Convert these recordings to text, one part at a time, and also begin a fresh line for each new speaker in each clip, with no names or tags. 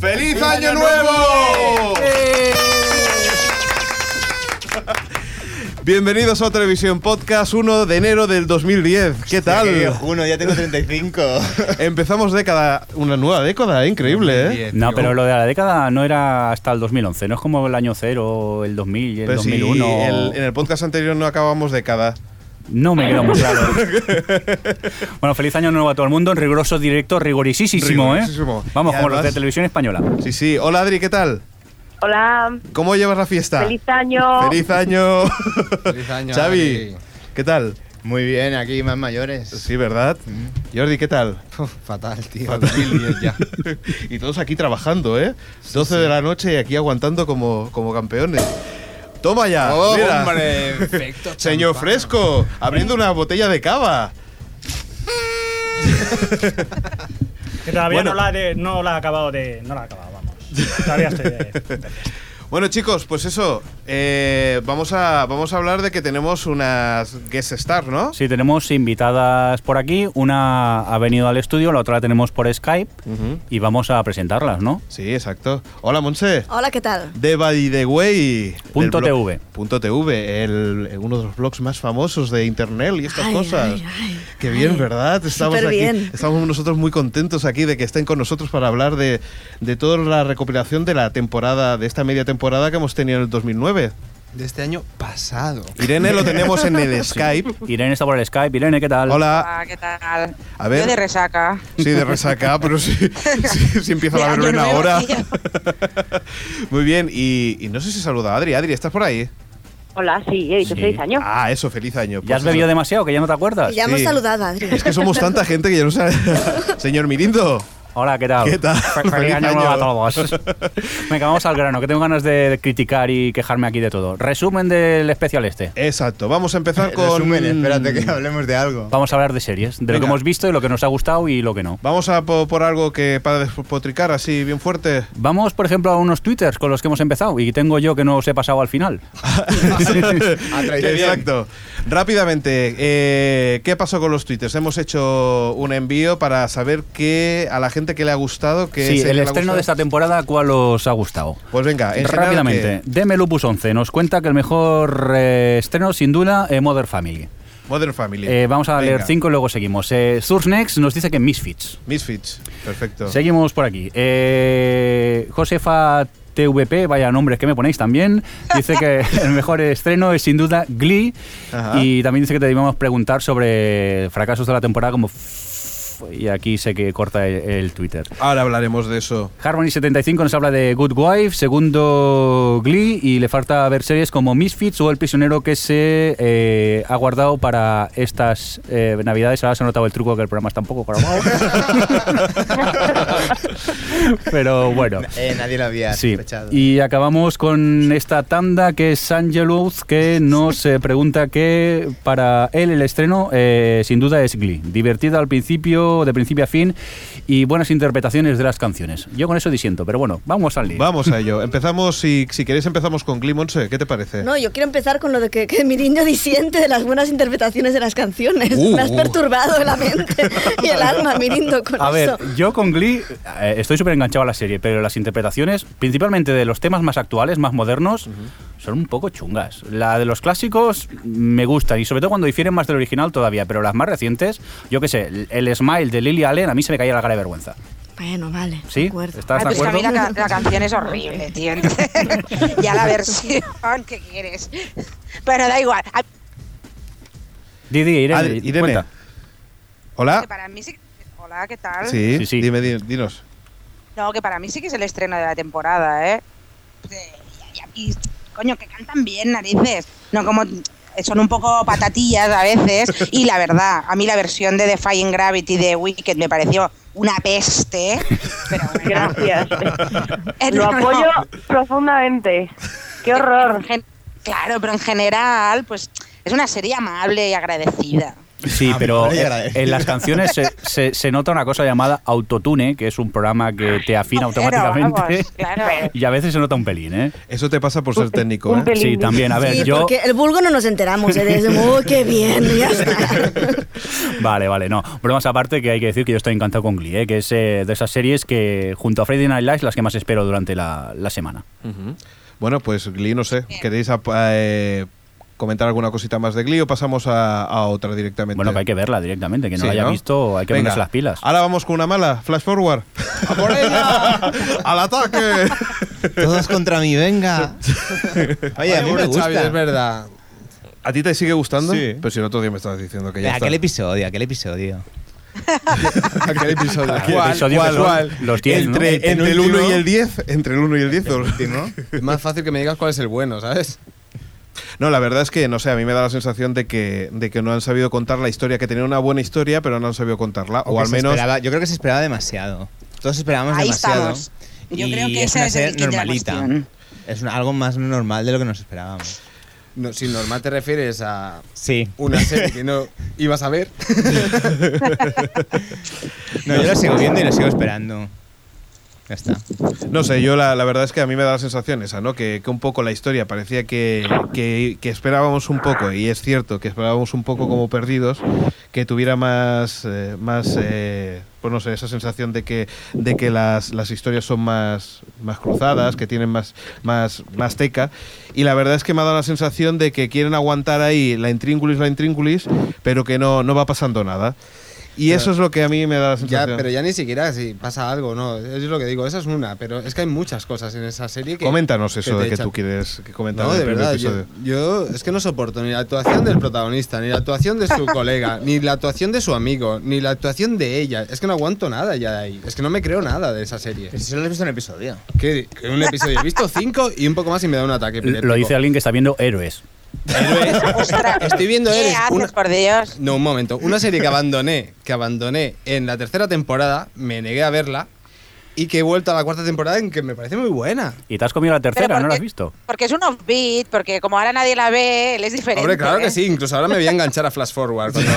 ¡Feliz Año ¡Eh! Nuevo! Bienvenidos a Televisión Podcast 1 de enero del 2010. ¿Qué
Sí,
tal?
Juno, ya tengo 35.
Empezamos década, una nueva década, ¿eh? increíble, ¿eh?
No, pero lo de la década no era hasta el 2011, no es como el año cero, el 2000 y el
Pero si
2001.
Pues el- en el podcast anterior no acabamos década.
No me quedó muy claro. bueno, feliz año nuevo a todo el mundo, en riguroso directo, rigorisísimo, ¿eh?
Rigorisísimo.
Vamos,
Y
como los de
además-
televisión española.
Sí, sí. Hola Adri, ¿qué tal?
Hola,
¿Cómo llevas la fiesta?
feliz año.
Ah, ¡Feliz año!
Feliz año,
Xavi,
Adri.
¿qué tal?
Muy bien, aquí más mayores.
Sí, ¿verdad? Jordi, ¿qué tal?
Uf, fatal, tío.
Fatal.
2010 ya.
y todos aquí trabajando, ¿eh? 12 de la noche y aquí aguantando como, como campeones. Toma ya,
Oh,
mira.
hombre, perfecto.
Señor
champán.
Fresco, abriendo una botella de cava.
Que todavía
Bueno.
no, la de- no la ha acabado de. No la ha acabado, vamos. Todavía estoy de.
Bueno chicos, pues eso, eh, vamos, a, vamos a hablar de que tenemos unas guest star, ¿no?
Sí, tenemos invitadas por aquí, una ha venido al estudio, la otra la tenemos por Skype
Ujú.
y vamos a presentarlas, ¿no?
Sí, exacto. Hola Monse.
Hola, ¿qué tal?
De By the Way.
Punto
del blog-
TV.
Punto TV, el- uno de los blogs más famosos de Internet y estas
Ay,
cosas.
ay, ay,
Qué bien,
ay.
¿verdad? Estamos aquí,
Superbién.
estamos nosotros muy contentos aquí de que estén con nosotros para hablar de, de toda la recopilación de la temporada, de esta media temporada que hemos tenido en el 2009.
De este año pasado.
Irene lo tenemos en el Skype.
Irene está por el Skype, Irene, ¿qué tal?
Hola.
Hola, ¿qué tal?
Ah. A ver.
Yo de resaca.
Sí, de resaca, pero sí, sí, sí empieza
De
la
año
verbena
nuevo,
ahora.
tío.
Muy bien, y, y no sé si saluda a Adri. Adri, ¿estás por ahí?
Hola, sí, he dicho
Sí.
feliz año.
Ah, eso, feliz año.
¿Ya
Pues
has bebido
eso.
demasiado, que ya no te acuerdas?
Y ya hemos
Sí.
saludado a Adri.
Es que somos tanta gente que ya no sabe. Señor Mirindo.
Hola, ¿qué tal?
¿Qué tal?
Fe- Feliz,
Feliz
año,
año.
nuevo a todos. Venga, vamos al grano, que tengo ganas de criticar y quejarme aquí de todo. Resumen del especial este.
Exacto, vamos a empezar con.
Eh, Resumen, espérate que hablemos de algo.
Vamos a hablar de series, de lo
Venga.
que hemos visto y lo que nos ha gustado y lo que no.
Vamos a po- por algo que para despotricar así bien fuerte.
Vamos, por ejemplo, a unos twitters con los que hemos empezado y tengo yo que no os he pasado al final.
A traición.
Exacto. Rápidamente, eh, ¿qué pasó con los twitters? Hemos hecho un envío para saber qué a la gente que le ha gustado. Qué
Sí,
serie
el
le ha
estreno de esta
gustado.
temporada, ¿cuál os ha gustado?
Pues venga, en general,
Rápidamente,
¿qué?
Deme Lupus 11 nos cuenta que el mejor eh, estreno, sin duda, es Mother Family.
Modern Family.
Eh, vamos a
Venga.
leer 5 y luego seguimos. Eh, Next nos dice que Misfits.
Misfits, perfecto.
Seguimos por aquí. Eh, Josefa TVP, vaya nombres que me ponéis también, dice que el mejor estreno es sin duda Glee
Ajá.
y también dice que te debíamos preguntar sobre fracasos de la temporada como... f- Y aquí sé que corta el, el Twitter.
Ahora hablaremos de eso.
Harmony75 nos habla de Good Wife, segundo Glee y le falta ver series como Misfits o El Prisionero que se eh, ha guardado para estas eh, navidades. Ahora se ha notado el truco que el programa está un poco grabado. Pero bueno.
Eh, nadie lo había
Sí,
sospechado.
y acabamos con esta tanda que es Angelus que nos eh, pregunta que para él el estreno eh, sin duda es Glee, divertida al principio, de principio a fin y buenas interpretaciones de las canciones. Yo con eso disiento, pero bueno, vamos al lío.
Vamos a ello. Empezamos, si, si queréis, empezamos con Glee, Monse, ¿Qué te parece?
No, yo quiero empezar con lo de que, que Mirindo disiente de las buenas interpretaciones de las canciones.
Uh,
Me has
uh.
perturbado la mente y el alma, Mirindo, con
A ver,
eso.
yo con Glee eh, estoy súper enganchado a la serie, pero las interpretaciones, principalmente de los temas más actuales, más modernos, son un poco chungas. La de los clásicos me gustan, y sobre todo cuando difieren más del original todavía, pero las más recientes, yo qué sé, el, el smile de Lily Allen a mí se me caía la cara de vergüenza.
Bueno, vale. de
¿Sí?
acuerdo.
¿Estás
Ay,
de
pues que
acuerdo?
a mí la, ca- la canción es horrible, tío. ya la versión que quieres. Pero da igual. A-
Didi, Irene,
Adri- Irene.
cuenta.
Hola.
que para mí sí. Hola, ¿qué tal?
Ah. Sí,
Sí, sí.
dime, di- dinos.
No, que para mí sí que es el estreno de la temporada, ¿eh? Eh, Y, y- coño, que cantan bien, narices. No como. eh, Son un poco patatillas a veces. Y la verdad, a mí la versión de Defying Gravity de Wicked me pareció una peste. Pero bueno.
Gracias.
Eh,
Lo
no, no.
apoyo profundamente. Qué horror.
En gen- Claro, pero en general, pues es una serie amable y agradecida.
Sí,
Ah,
pero
mejor llegará,
en
eh.
en las canciones se, se- se nota una cosa llamada autotune, que es un programa que te afina automáticamente.
vamos, claro.
Y a veces se nota un pelín, ¿eh?
Eso te pasa por ser técnico,
Un
¿eh?
pelín.
Sí, también. A ver,
sí,
yo.
porque el vulgo no nos enteramos, ¿eh? Desde, ¡oh, qué bien! y ya está.
Vale, vale, no. Bromas aparte, que hay que decir que yo estoy encantado con Glee, ¿eh? que es eh, de esas series que, junto a Friday Night Lights, las que más espero durante la, la semana.
Ujú. Bueno, pues Glee, no sé. ¿Queréis ap- eh, comentar alguna cosita más de Glee o pasamos a, a otra directamente?
Bueno, que hay que verla directamente, que no la haya visto, hay que
Venga, Ah,
ponerse las pilas.
Ahora vamos con una mala. Flash forward. ¡A por ella! ¡Al ataque!
Todos contra mí, venga. Oye, a mí me
Pobre Xavi, es
gusta.
verdad.
¿A ti te sigue gustando?
Sí.
Pero si el otro día me estabas diciendo que ya está.
Aquel episodio, aquel episodio.
Aquel episodio.
Aquel episodio que son los 10, ¿no?
Entre,
El
entre el 1 y
penúltimo.
el 10. Entre el 1 y el 10.
Es más fácil que me digas cuál es el bueno, ¿sabes?
No, la verdad es que, no sé, a mí me da la sensación de que, de que no han sabido contar la historia, que tenían una buena historia, pero no han sabido contarla. O,
que
al
se
menos...
esperaba- yo creo que se esperaba demasiado. Todos esperábamos
Ahí
demasiado.
estamos. Yo
y
creo que
es
ese
una
es el
serie
kit de la
normalita.
cuestión.
Es una- algo más normal de lo que nos esperábamos.
No, si normal te refieres a
Sí.
una serie que no ibas a ver.
No, yo lo sigo viendo y lo sigo esperando. Ya está.
No sé, yo la, la verdad es que a mí me da la sensación esa, ¿no? Que, que un poco la historia parecía que, que- que esperábamos un poco, y es cierto que esperábamos un poco como perdidos, que tuviera más, eh, más eh, pues no sé, esa sensación de que, de que las, las historias son más, más cruzadas, que tienen más, más, más teca, y la verdad es que me ha dado la sensación de que quieren aguantar ahí la intríngulis, la intríngulis, pero que no, no va pasando nada. Y eso es lo que a mí me da la
Ya,
sensación.
pero ya ni siquiera si pasa algo, no. Es lo que digo, esa es una, pero es que hay muchas cosas en esa serie que.
Coméntanos eso
te
de que
echan.
tú quieres que comentar
No,
en
de
el primer
verdad, yo,
episodio.
yo es que no soporto ni la actuación del protagonista, ni la actuación de su colega, ni la actuación de su amigo, ni la actuación de ella. Es que no aguanto nada ya de ahí. Es que no me creo nada de esa serie.
Si solo has visto un episodio.
Que que un episodio he visto cinco y un poco más y me da un ataque.
Lo
epiléptico.
dice alguien que está viendo Héroes.
Ostras,
Estoy viendo
¿Qué
Eres,
haces,
una-
por Dios?
No, un momento. Una serie que abandoné, que abandoné en la tercera temporada, me negué a verla y que he vuelto a la cuarta temporada en que me parece muy buena.
Y te has comido la
Pero
tercera, ¿no la
porque-
has visto?
Porque es un offbeat, porque como ahora nadie la ve, él es diferente.
Hombre, claro
¿eh?
que sí, incluso ahora me voy a enganchar a Flash Forward. cuando-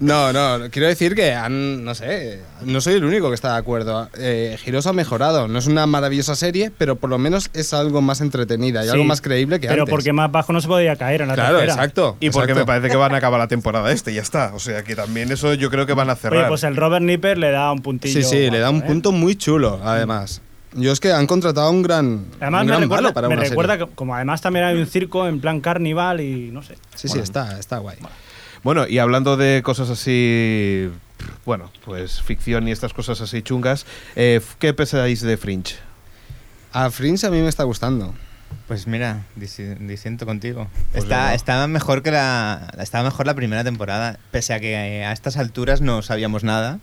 no, no, quiero decir que han- no sé, no soy el único que está de acuerdo. Eh, Heroes ha mejorado, no es una maravillosa serie, pero por lo menos es algo más entretenida y algo
Sí,
más creíble que
Pero
antes.
porque más bajo no se podía caer en la
Claro,
tercera.
exacto.
Y porque me
exacto.
parece que van a acabar la temporada este, y ya está. O sea que también eso yo creo que van a cerrar.
Oye,
eh,
pues el Robert Nipper le da un puntillo.
Sí, sí, le da un
guapo, ¿eh?
punto muy chulo, además. Yo es que han contratado a un gran.
Además
un
me
gran
recuerda,
malo para
me
una
recuerda
serie.
que como además también hay un circo en plan carnival y no sé.
Sí, sí, está, está guay.
Bueno, y hablando de cosas así. Bueno, pues ficción y estas cosas así chungas. eh, ¿Qué pensáis de Fringe?
A Fringe a mí me está gustando.
Pues mira, disi- disiento contigo. está, estaba mejor que la, estaba mejor la primera temporada, pese a que eh, a estas alturas no sabíamos nada.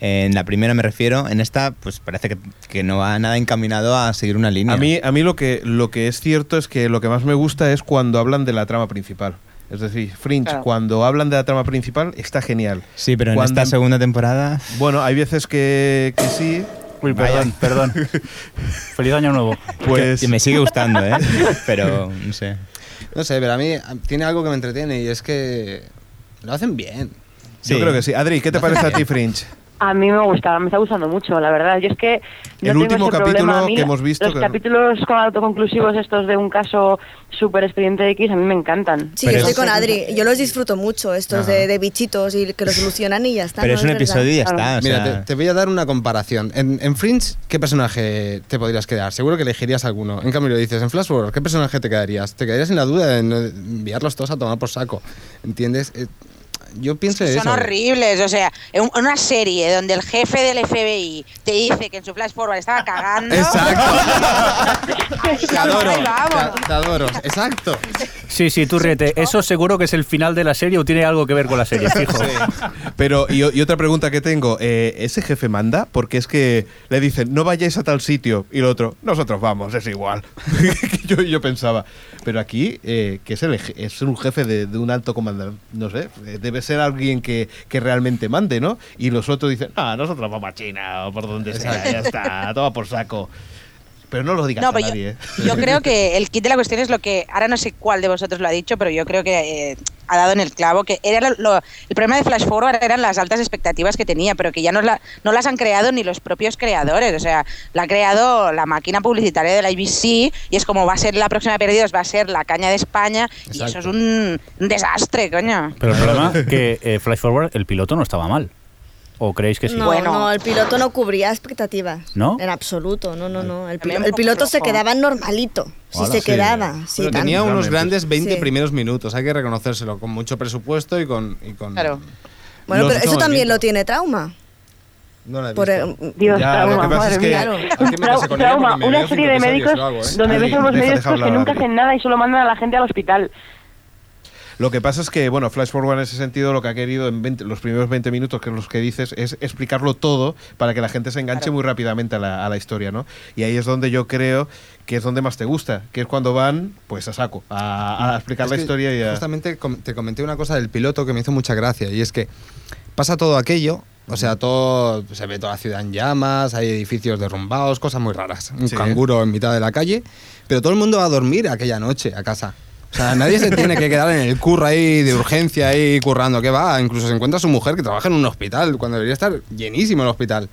En la primera me refiero, en esta pues parece que, que no va nada encaminado a seguir una línea.
A mí, a mí lo, que, lo que es cierto es que lo que más me gusta es cuando hablan de la trama principal. Es decir, Fringe,
Claro.
cuando hablan de la trama principal, está genial.
sí, pero en
cuando-
esta segunda temporada
Bueno, hay veces que, que sí.
Uy, perdón, perdón. Feliz año nuevo.
Pues.
que me sigue gustando, ¿eh? pero no sé.
No sé, pero a mí a- tiene algo que me entretiene y es que lo hacen bien.
Yo
Sí.
creo que sí. Adri, ¿qué te parece a ti Fringe?
A mí me gusta, me está gustando mucho, la verdad. Yo es que
El
no tengo
último
ese
capítulo
problema. A mí
que hemos visto
Los
que-
capítulos con autoconclusivos estos de un caso súper expediente X a mí me encantan.
Sí,
Pero
yo estoy
es-
con Adri. Yo los disfruto mucho, estos de, de bichitos y que los solucionan y ya está.
Pero
¿no?
es un
verdad.
episodio y ya está.
Claro.
o
Mira,
sea,
te, te voy a dar una comparación. En, en Fringe, ¿qué personaje te podrías quedar? Seguro que elegirías alguno. En cambio, lo dices, en Flash Forward, ¿qué personaje te quedarías? Te quedarías en la duda de no- enviarlos todos a tomar por saco. ¿Entiendes? Eh, Yo pienso en
Son
eso.
horribles, o sea, en un- en una serie donde el jefe del FBI te dice que en su flash forward estaba cagando.
Exacto. Te adoro.
Ahí vamos.
Te, te adoro. Exacto.
Sí, sí, tú ríete. Eso seguro que es el final de la serie o tiene algo que ver con la serie, fijo.
Pero, y, o- y otra pregunta que tengo, eh, ¿ese jefe manda? Porque es que le dicen, no vayáis a tal sitio, y el otro, nosotros vamos, es igual. yo, yo pensaba, pero aquí, eh, que es, el, eje- es un jefe de, de un alto comandante, no sé, eh, debe ser alguien que, que realmente mande, ¿no? Y los otros dicen, ah, nosotros vamos a China o por donde sea, ya está, toma por saco. Pero no lo digas
No,
a
pero yo-
nadie. ¿eh?
Yo creo que el kit de la cuestión es lo que, ahora no sé cuál de vosotros lo ha dicho, pero yo creo que eh, ha dado en el clavo, que era lo- lo- el problema de Flash Forward eran las altas expectativas que tenía, pero que ya no, la- no las han creado ni los propios creadores, o sea, la ha creado la máquina publicitaria de la IBC y es como va a ser la próxima Perdidos, va a ser la caña de España y
Exacto.
eso es un, un desastre, coño.
Pero el problema es que eh, Flash Forward, el piloto no estaba mal. ¿O creéis que sí?
No,
Bueno.
no, el piloto no cubría expectativas.
¿No?
En absoluto, no, no, no. El,
También
pilo-
un
el
poco
piloto se
flojo.
quedaba normalito. Si
Hola,
se
sí.
quedaba. Sí,
Pero
tan-
tenía unos
Realmente.
grandes 20
Sí.
primeros minutos, hay que reconocérselo, con mucho presupuesto y con... y con-
Claro.
Bueno,
los
pero eso
últimos
también lo
tiempos.
tiene trauma.
No la he
Por,
visto.
eh,
Dios,
Ya, lo
trauma,
que pasa
madre
es que-
mía.
Claro.
Aquí me
Trau-
casé con ella
trauma,
porque me
una
veo
serie de
cinco episodios,
médicos
lo hago, ¿eh?
donde
Adri,
ves a los
deja de
médicos que
hablar,
nunca
Adri.
hacen nada y solo mandan a la gente al hospital.
Lo que pasa es que, bueno, Flash Forward en ese sentido lo que ha querido en 20 los primeros 20 minutos, que es los que dices, es explicarlo todo para que la gente se enganche muy rápidamente a la, a la historia, ¿no? Y ahí es donde yo creo que es donde más te gusta, que es cuando van, pues a saco, a, a explicar
Es
la
que
historia y a...
Justamente com- te comenté una cosa del piloto que me hizo mucha gracia y es que pasa todo aquello, o sea, todo se ve toda la ciudad en llamas, hay edificios derrumbados, cosas muy raras. Un
Sí.
canguro en mitad de la calle, pero todo el mundo va a dormir aquella noche a casa. O sea, nadie se tiene que quedar en el curro ahí de urgencia ahí currando, que va, incluso se encuentra su mujer que trabaja en un hospital cuando debería estar llenísimo el hospital.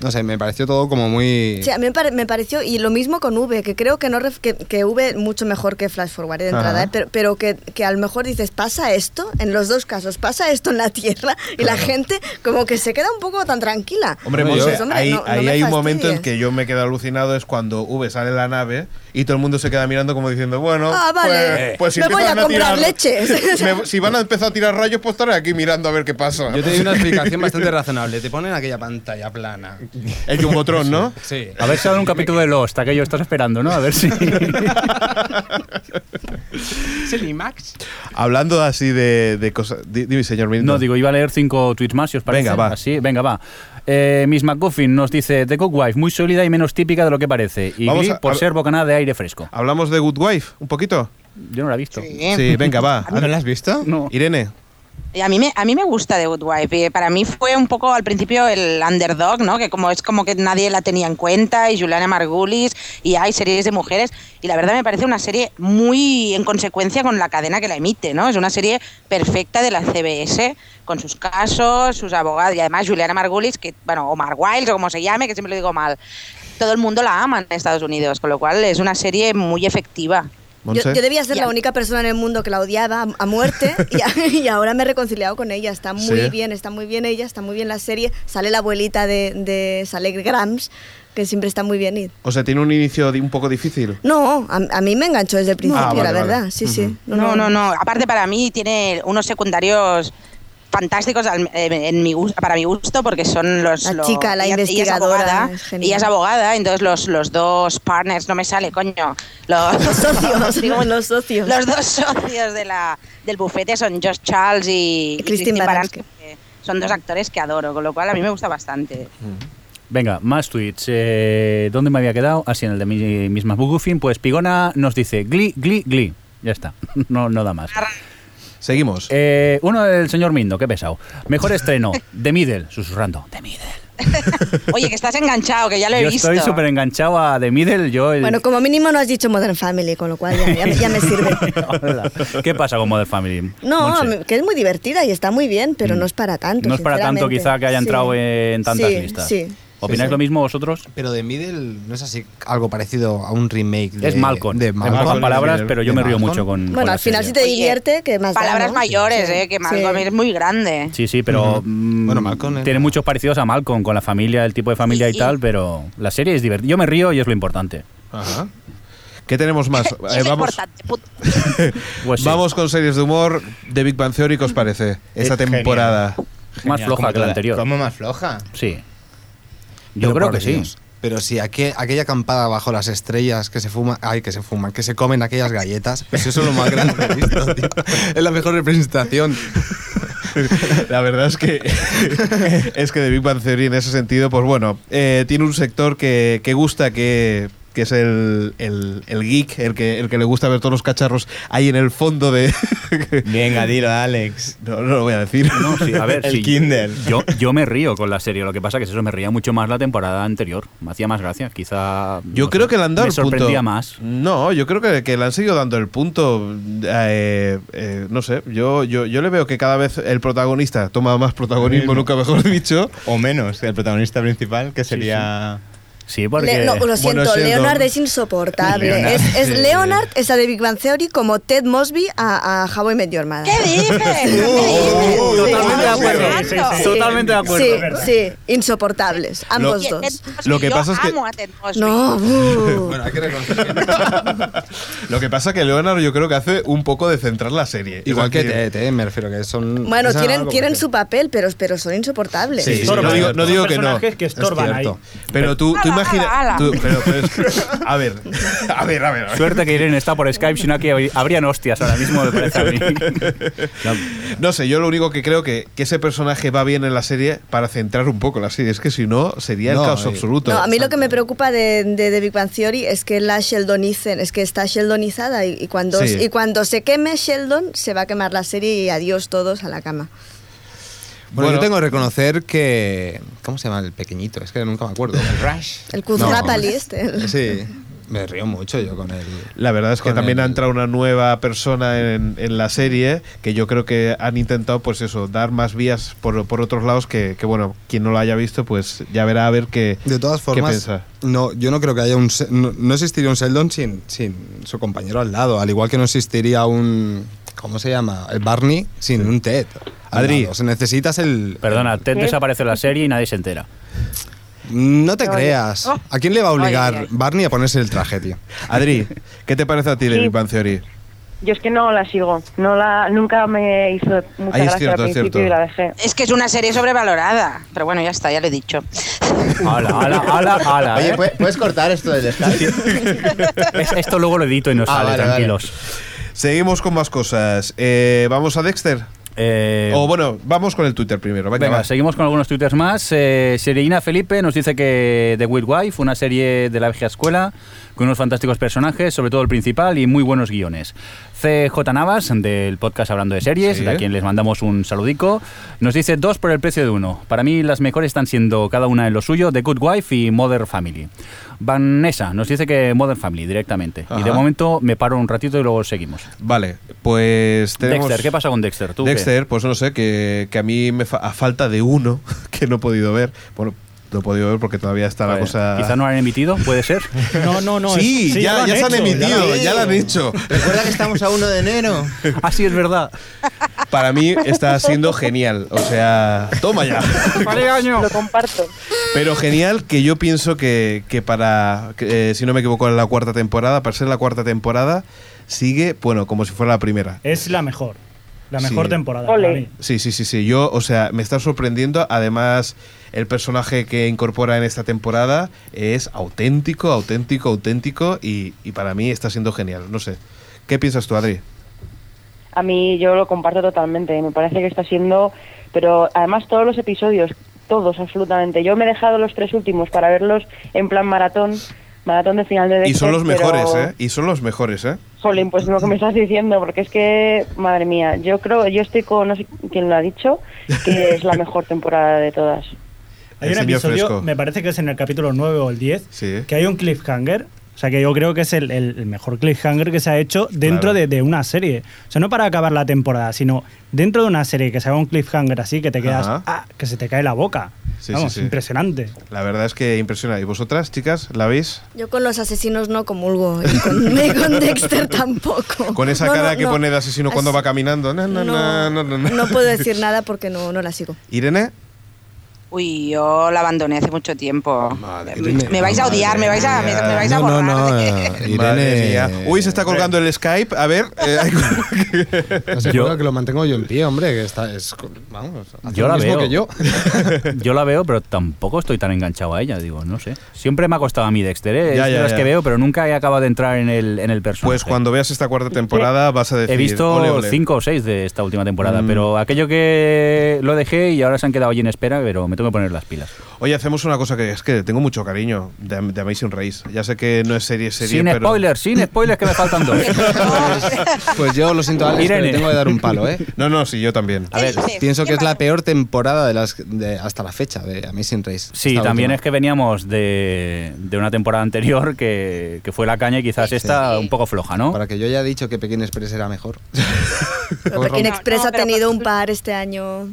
No sé, me pareció todo como muy
Sí, a mí me, pare- me pareció, y lo mismo con V, que creo que, no ref- que, que V mucho mejor que Flash Forward de entrada,
Ajá.
¿eh? pero, pero que, que a lo mejor dices, pasa esto, en los dos casos, pasa esto en la Tierra, y la gente como que se queda un poco tan tranquila.
Hombre,
Bueno,
Monse,
Dices, hombre,
ahí,
no- no
ahí
me
hay un momento en
fastidies.
que yo me quedo alucinado, es cuando V sale de la nave y todo el mundo se queda mirando como diciendo, bueno,
Ah, vale.
pues, pues si
me voy a
empiezan
comprar
tirar-
leches.
me- si van a empezar a tirar rayos, pues estaré aquí mirando a ver qué pasa.
Yo te doy una explicación bastante razonable. Te ponen aquella pantalla plana.
El Jumbotron, ¿no?
Sí.
A ver si habrá un capítulo de Lost, aquello estás esperando, ¿no? A ver si.
¿Es el IMAX?
Hablando así de, de cosas. di- Dime, señor Milton.
No, digo, iba a leer cinco tweets más, si os parece.
Venga, va.
Así, venga, va. Eh, Miss McGuffin nos dice: The Cookwife, muy sólida y menos típica de lo que parece. Y
Vamos
Glee
a-
por
a-
ser bocanada de aire fresco.
¿Hablamos de Good Wife un poquito?
Yo no la he visto.
Sí, venga, va.
¿Ah,
¿No la has visto?
No.
Irene.
Y a mí me, a mí me gusta The Good Wife. eh, Para mí fue un poco al principio el underdog, ¿no? Que como es como que nadie la tenía en cuenta y Juliana Margulis y hay series de mujeres y la verdad me parece una serie muy en consecuencia con la cadena que la emite, ¿no? Es una serie perfecta de la CBS con sus casos, sus abogados y además Juliana Margulis que bueno, Omar Wilde o como se llame, que siempre lo digo mal. Todo el mundo la ama en Estados Unidos, con lo cual es una serie muy efectiva.
Yo,
Montse.
yo debía ser
Ya.
la única persona en el mundo que la odiaba a, a muerte y, a- y ahora me he reconciliado con ella. Está muy
Sí.
bien, está muy bien ella, está muy bien la serie. Sale la abuelita de, de sale Grams, que siempre está muy bien. Y,
O sea, tiene un inicio di- un poco difícil.
no, a, a mí me enganchó desde el principio,
Ah,
vale,
la
vale.
verdad. Sí, sí.
No, no, no. Aparte para mí tiene unos secundarios fantásticos al- eh, en mi gus- para mi gusto porque son los
La
los-
chica, la
ella- ella es
investigadora,
abogada,
es genial.
ella es abogada entonces los, los dos partners no me sale coño
Los
los
socios, digo, los socios.
los dos socios de la del bufete son Josh Charles y,
Y
y
Christine
Christine
Baranski.
Baranski, que son dos actores que adoro con lo cual a mí me gusta bastante
Venga, más tweets. Eh, ¿Dónde me había quedado? Así en el de mi misma McGuffin. Pues Pigona nos dice: Glee, Glee, Glee. Ya está. No, no da más.
Seguimos.
Eh, uno del señor Mindo, qué pesado. Mejor estreno, The Middle, susurrando. The Middle.
oye que estás enganchado que ya lo he
Yo
visto
estoy súper enganchado a The Middle. Yo el-
Bueno, como mínimo no has dicho Modern Family, con lo cual ya, ya me- ya me sirve.
Hola. ¿Qué pasa con Modern Family?
No,
Montse?
que es muy divertida y está muy bien, pero no es para tanto.
Mm. No es para tanto
sinceramente.
quizá que haya
Sí.
entrado en tantas
Sí,
listas. Mm,
Sí.
¿Opináis
Sí, sí.
lo mismo vosotros?
Pero de Middle no es así algo parecido a un remake de
es Malcolm.
de
En pocas
Malcolm.
palabras, pero yo
De
me río
Malcolm.
mucho con. con
Bueno,
la
al final si
serie.
te
Oye,
divierte, que más da,
palabras
¿no?
mayores
Sí.
eh, que Malcolm
Sí.
es muy grande
Sí, sí, pero.
Ujú.
mm,
Bueno, Malcolm era-
Tiene muchos parecidos a Malcolm, con la familia, el tipo de familia y,
Y- y-
tal, pero la serie es divertida. Yo me río y es lo importante.
Ajá. ¿Qué tenemos más? Eh,
Eso es
vamos,
importante, puto.
Pues sí,
vamos con series de humor. De Big Bang Theory, ¿qué os parece? Esta
Es
temporada.
más
Genial, como
floja que la
toda-
anterior.
¿Cómo más floja?
Sí. Yo
Pero
creo
por
que sí.
Dios. Pero si aquel- aquella acampada bajo las estrellas que se fuma, ay, que se fuman, que se comen aquellas galletas, pues eso es lo más grande que he visto, tío. Es la mejor representación.
La verdad es que es que The Big Bang Theory en ese sentido, pues bueno, eh, tiene un sector que, que gusta que que es el, el- el geek, el que, el que le gusta ver todos los cacharros ahí en el fondo de...
Venga, dilo, Alex.
no, no lo voy a decir.
No, sí, a ver,
El
sí,
Kindle.
Yo, yo me río con la serie, lo que pasa que eso me ría mucho más la temporada anterior. Me hacía más gracia, quizá.
Yo
no
creo
sé,
que le han dado
Me
el punto.
sorprendía más.
No, yo creo que, que le han seguido dando el punto. eh, eh, no sé, yo, yo, yo le veo que cada vez el protagonista toma más protagonismo,
Sí.
nunca mejor dicho.
O menos, el protagonista principal, que sería.
Sí, porque.
Le- no, lo siento,
Sheldon.
Leonard es insoportable.
Leonard,
es es
sí.
Leonard, es a The Big Bang Theory, como Ted Mosby a, a How I Met Your Mother.
¿Qué dices? ¿Qué dices?
oh, totalmente de acuerdo.
Sí, sí, sí.
Totalmente de acuerdo.
Sí, sí, insoportables, ambos
Oye,
dos.
Ted Mosby,
Lo que
yo
pasa es que-
amo a Ted Mosby.
No, buh.
Bueno, hay que reconocer.
Lo que pasa que Leonardo yo creo que hace un poco de centrar la serie.
Igual
Es
que
decir,
Ted, eh, me refiero que son.
bueno,
esa
tienen,
algo
tienen
que-
su papel, pero, pero son insoportables.
Sí, sí,
Estorban. ¿eh?
no digo, no
Son
digo que no.
personajes que estorban
Es
ahí.
cierto. Pero tú, tú
Ala, ala,
imaginas.
ala.
tú- pero- pero es- A ver, a ver, a ver. a ver.
Suerte que Irene está por Skype, sino que habrí- habrían hostias ahora mismo, me parece a mí. No,
No sé, yo lo único que creo que, que ese personaje va bien en la serie para centrar un poco la serie. Es que si no, sería
No,
el caos
eh,
absoluto.
No, a mí lo que me preocupa de, de The Big Bang Theory es que la Sheldonicen, es que está Sheldonizada y, y cuando,
Sí.
y cuando se queme Sheldon se va a quemar la serie y adiós todos a la cama.
Bueno,
Bueno.
yo tengo que reconocer que. ¿Cómo se llama el pequeñito? Es que nunca me acuerdo.
Rush.
El Kuzrapali
Kuzrapalist.
este. el-
Sí. Me río mucho yo con él.
La verdad es que
Con
también
el-
ha entrado una nueva persona en, en la serie que yo creo que han intentado, pues eso, dar más vías por, por otros lados que, que, bueno, quien no lo haya visto, pues ya verá a ver qué.
De todas
qué
formas,
piensa.
no, yo no creo que haya un. Se- No, no existiría un Sheldon sin, sin su compañero al lado, al igual que no existiría un. ¿Cómo se llama? El Barney sin un Ted. al
Adri.
lado. O sea, necesitas el.
Perdona, Ted
¿Qué?
desaparece de la serie y nadie se entera.
No te
Oye.
creas.
Oh.
¿A quién le va a obligar
Oye, oye.
Barney a ponerse el traje, tío?
Adri, ¿qué te parece a ti,
Sí.
Lily Panciori?
Yo es que no la sigo, no la, nunca me hizo mucha
Ahí es
gracia
cierto,
al
es cierto.
principio y la dejé.
Es que es una serie sobrevalorada. Pero bueno, ya está, ya lo he dicho.
Ala, ala, ala, ala.
Oye,
¿eh?
¿pue- ¿puedes cortar esto del Skype?
Es- Esto luego lo edito y no
Ah,
sale,
vale, vale.
tranquilos.
Seguimos con más cosas. Eh, ¿Vamos a Dexter?
Eh,
o bueno, vamos con el Twitter primero. Venga,
Venga,
va.
seguimos con algunos twitters más. Eh, Serena Felipe nos dice que The Weird Wife, una serie de la vieja escuela, con unos fantásticos personajes, sobre todo el principal, y muy buenos guiones. CJ Navas, del podcast Hablando de Series,
Sí.
de a quien les mandamos un saludico, nos dice dos por el precio de uno. Para mí las mejores están siendo cada una en lo suyo, The Good Wife y Mother Family. Vanessa nos dice que Mother Family directamente. Y de
Ajá.
momento me paro un ratito y luego seguimos.
Vale, pues tenemos.
Dexter, ¿qué pasa con Dexter? ¿Tú qué?
Dexter, pues no sé, que, que a mí me fa- a falta de uno que no he podido ver. Bueno, no he podido ver porque todavía está la
Joder,
cosa.
Quizá no lo han emitido, puede ser.
No, no, no.
sí,
es-
ya,
lo
ya se han
hecho, ya lo
emitido,
han
ya la han hecho.
Recuerda que estamos a 1 de enero.
Así Ah, es verdad.
Para mí está siendo genial. O sea, toma ya.
Lo comparto.
Pero genial que yo pienso que, que para, que, eh, si no me equivoco, en la cuarta temporada, para ser la cuarta temporada, sigue, bueno, como si fuera la primera.
Es la mejor. La
Sí.
mejor temporada.
Ole.
para mí.
Sí, sí, sí, sí. Yo, o sea, me está sorprendiendo. Además, el personaje que incorpora en esta temporada es auténtico, auténtico, auténtico y, y para mí está siendo genial. No sé. ¿Qué piensas tú, Adri?
A mí yo lo comparto totalmente, me parece que está siendo, pero además todos los episodios, todos absolutamente. Yo me he dejado los tres últimos para verlos en plan maratón, maratón de final de
y
Dexter,
son los
pero-
mejores, ¿eh? Y son los mejores, ¿eh?
Jolín, pues lo que me estás diciendo, porque es que, madre mía, yo creo, yo estoy con, no sé quién lo ha dicho, que es la mejor temporada de todas.
Hay
El
un
señor
episodio,
fresco.
me parece que es en el capítulo 9 o el 10,
Sí.
que hay un cliffhanger. O sea, que yo creo que es el, el- el mejor cliffhanger que se ha hecho dentro
Claro.
de, de una serie. O sea, no para acabar la temporada, sino dentro de una serie que se haga un cliffhanger así, que te quedas,
Ajá.
ah, que se te cae la boca.
Sí,
Vamos,
sí, sí.
impresionante.
La verdad es que impresiona. ¿Y vosotras, chicas, la veis?
Yo con los asesinos no comulgo y con, y con Dexter tampoco.
Con esa
Oh, No, no,
cara que
no.
pone de asesino cuando
Así-
va caminando. Na, na, na, na, na, na.
no puedo decir nada porque no, no la sigo.
Irene,
Uy, yo la abandoné hace mucho tiempo.
Madre
me, me vais a
madre
odiar, me vais a, me,
mía.
me vais a
No, no,
borrar.
no.
de-
eh, Irene.
Madre mía. Uy, se está colgando el Skype. A ver. eh,
No sé,
Yo-
yo que lo mantengo yo en pie, hombre, que está es vamos, hace
Yo
lo
la
mismo
veo.
que yo.
Yo la veo, pero tampoco estoy tan enganchado a ella, digo, no sé. Siempre me ha costado a mí Dexter, ¿eh?
Ya,
es
ya,
de las
ya.
que veo, pero nunca he acabado de entrar en el, en el personaje.
pues cuando veas esta cuarta temporada vas a decir.
He visto
"Ole, ole".
cinco o seis de esta última temporada,
Mm.
pero aquello que lo dejé y ahora se han quedado allí en espera, pero me tengo tengo que poner las pilas.
Oye, hacemos una cosa que es que tengo mucho cariño de, de Amazing Race. Ya sé que no es serie, serie,
sin
pero.
spoilers, sin spoilers, que me faltan dos.
Pues yo lo siento, Alex, pero
Irene.
le tengo que dar un palo, ¿eh?
No, no, sí, yo también.
A ver, ¿Qué
Pienso que es la
pasa?
peor temporada de las, de- hasta la fecha de Amazing Race.
Sí, también es que veníamos de, de una temporada anterior que, que fue la caña y quizás esta un poco floja, ¿no?
Para que yo haya dicho que Pekín Express era mejor.
Pero Pekín
No,
Express
no, pero- pues
ha tenido un par este año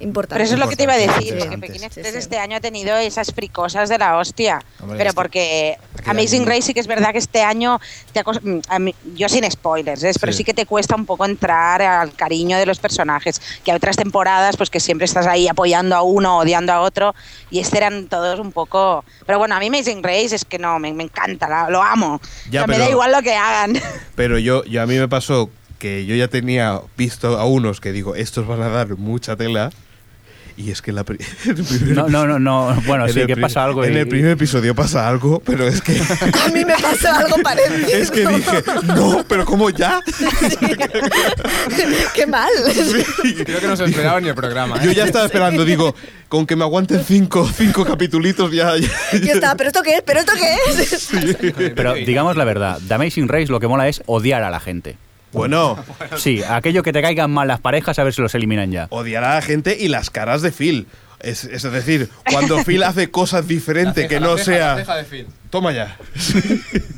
importante.
Pero eso es lo que te iba a decir,
Importante,
porque Pekín
sí,
Express
sí.
este año ha tenido esas fricosas de la hostia.
Hombre,
pero
este-
porque
aquella
Amazing
niña.
Race sí que es verdad que este año, te ha cos- mm, a mí- yo sin spoilers, ¿eh? pero
Sí.
sí que te cuesta un poco entrar al cariño de los personajes. Que hay otras temporadas, pues que siempre estás ahí apoyando a uno, odiando a otro, y este eran todos un poco. Pero bueno, a mí Amazing Race es que no, me, me encanta, la- lo amo.
Ya,
o sea, me
pero-
da igual lo que hagan.
Pero yo, yo a mí me pasó que yo ya tenía visto a unos que digo, estos van a dar mucha tela. Y es que la pri- el primer-
No, no, no, no. Bueno,
en
sí,
el
que
pri-
pasa algo.
En
y-
el primer episodio pasa algo, pero es que.
A mí me pasó algo parecido.
es que dije, no, pero ¿cómo ya?
Qué mal.
Creo que no se esperaba ni el programa.
Yo ya estaba esperando, digo, con que me aguanten cinco, cinco capitulitos ya. ya-
Yo estaba, ¿pero esto qué es? ¿Pero esto qué es?
Pero digamos la verdad, The Amazing Race lo que mola es odiar a la gente.
Bueno,
Sí, aquello que te caigan mal las parejas, a ver si los eliminan ya.
odiar a la gente y las caras de Phil. Es, es decir, cuando Phil hace cosas diferentes que no sea. Toma ya.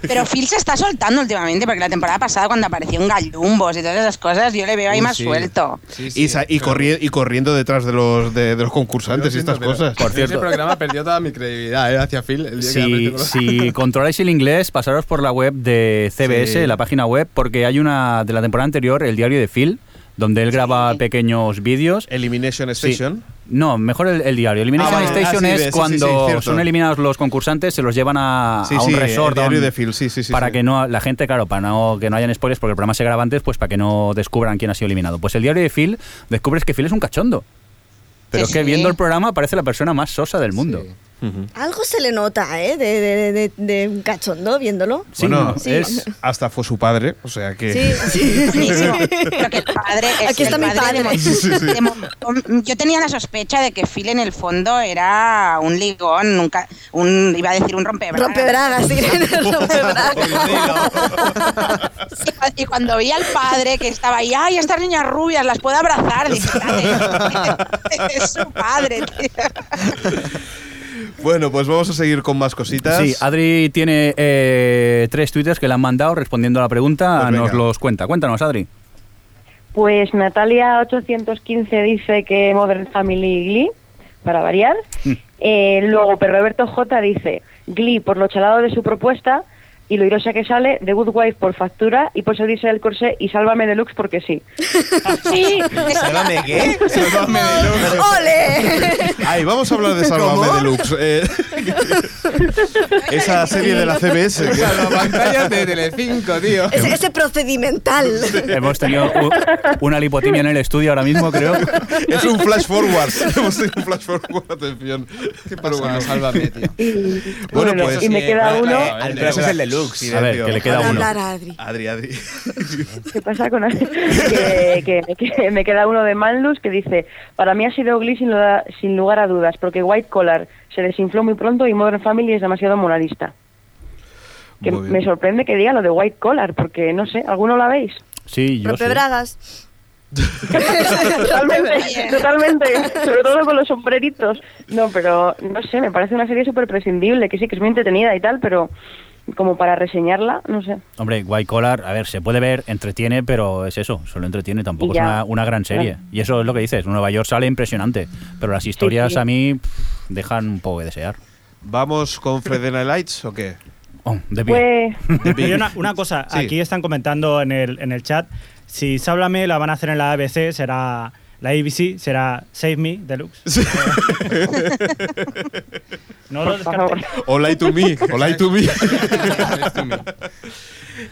Pero Phil se está soltando últimamente, porque la temporada pasada, cuando apareció en Gallumbos y todas esas cosas, yo le veo ahí más suelto.
y, sa- y, corri- y corriendo detrás de los, de, de los concursantes y estas cosas.
Por cierto.
Ese programa perdió toda mi credibilidad ¿eh? hacia Phil. El día que
Si,
apareció con-
si controláis el inglés, pasaros por la web de CBS,
Sí.
la página web, porque hay una de la temporada anterior, el diario de Phil, donde él graba pequeños vídeos.
Elimination
Sí.
Station.
No, mejor el, el diario. Elimination
Ah, vale.
Station
Ah, sí,
es
sí, sí, sí,
cuando
cierto.
son eliminados los concursantes, se los llevan a,
Sí,
a un
sí, el
resort. a
diario
un-
de Phil, sí, sí, sí,
Para
sí.
que no la gente, claro, para no, que no hayan spoilers, porque el programa se graba antes, pues para que no descubran quién ha sido eliminado. Pues el diario de Phil descubres que Phil es un cachondo. Pero
Sí,
es que
sí.
viendo el programa parece la persona más sosa del mundo.
Sí.
Algo se le nota, ¿eh? De, de, de, de un cachondo viéndolo.
Sí,
bueno,
no,
Sí.
es, hasta fue su padre, o sea que.
Sí, sí.
Buenísimo. Pero que el padre es
Aquí está
el
mi
de
padre.
Mon-
Sí, sí, sí.
de Mon- yo tenía la sospecha de que Phil en el fondo era un ligón, nunca, un, iba a decir un rompebragas.
Rompebragas, sí, rompebragas.
Y cu- Y cuando vi al padre que estaba ahí, ay, estas niñas rubias, las puedo abrazar, dije, "Dale". es su padre, tío.
Bueno, pues vamos a seguir con más cositas.
Sí, Adri tiene eh, tres twitters que le han mandado respondiendo a la pregunta.
Pues venga.
nos los cuenta. Cuéntanos, Adri.
Pues Natalia 815 dice que Modern Family y Glee, para variar.
Mm.
Eh, luego, pero Roberto J dice Glee por lo chalado de su propuesta y lo irosa que sale, The Good Wife por factura y por salirse del corsé y Sálvame Deluxe porque sí. sí,
Sálvame, ¿qué?
¡Ole!
Ay, vamos a hablar de Sálvame
¿Cómo?
Deluxe. eh, esa serie de la CBS. que-
Pantalla de Telecinco, tío.
Ese, ese procedimental.
Hemos tenido u- una lipotimia en el estudio ahora mismo, creo.
es un flash forward. Hemos tenido un flash forward, atención. Pero bueno.
sálvame, tío.
Bueno,
Bueno,
pues.
y me queda
eh,
uno.
eh, al- pero ese es el deluxe.
A ver, que le queda
Ahora
uno.
hablar a Adri.
Adri, Adri.
¿Qué pasa con que, que- que me queda uno de Manlus que dice, para mí ha sido Glee sin, lugar- sin lugar a dudas, porque White Collar se desinfló muy pronto y Modern Family es demasiado moralista. Que
Muy bien.
me sorprende que diga lo de White Collar, porque no sé, ¿alguno la veis?
Sí, yo sí.
Rompebragas.
Totalmente, totalmente, sobre todo con los sombreritos. No, pero no sé, me parece una serie súper prescindible, que sí, que es muy entretenida y tal, pero como para reseñarla, no sé.
Hombre, White Collar, a ver, se puede ver, entretiene, pero es eso, solo entretiene, tampoco
Y
es
ya.
una, una gran serie.
Claro.
Y eso es lo que dices, Nueva York sale impresionante, pero las historias
sí.
a mí pff, dejan un poco que desear.
¿Vamos con Fredena Lights o qué?
Oh, de pie.
Pues,
Oye, una, una cosa,
Sí.
aquí están comentando en el, en el chat, si Sáblame la van a hacer en la ABC, será la ABC, será Save Me Deluxe. no lo
por favor.
descartéis.
O Lie to Me. O Lie to Me.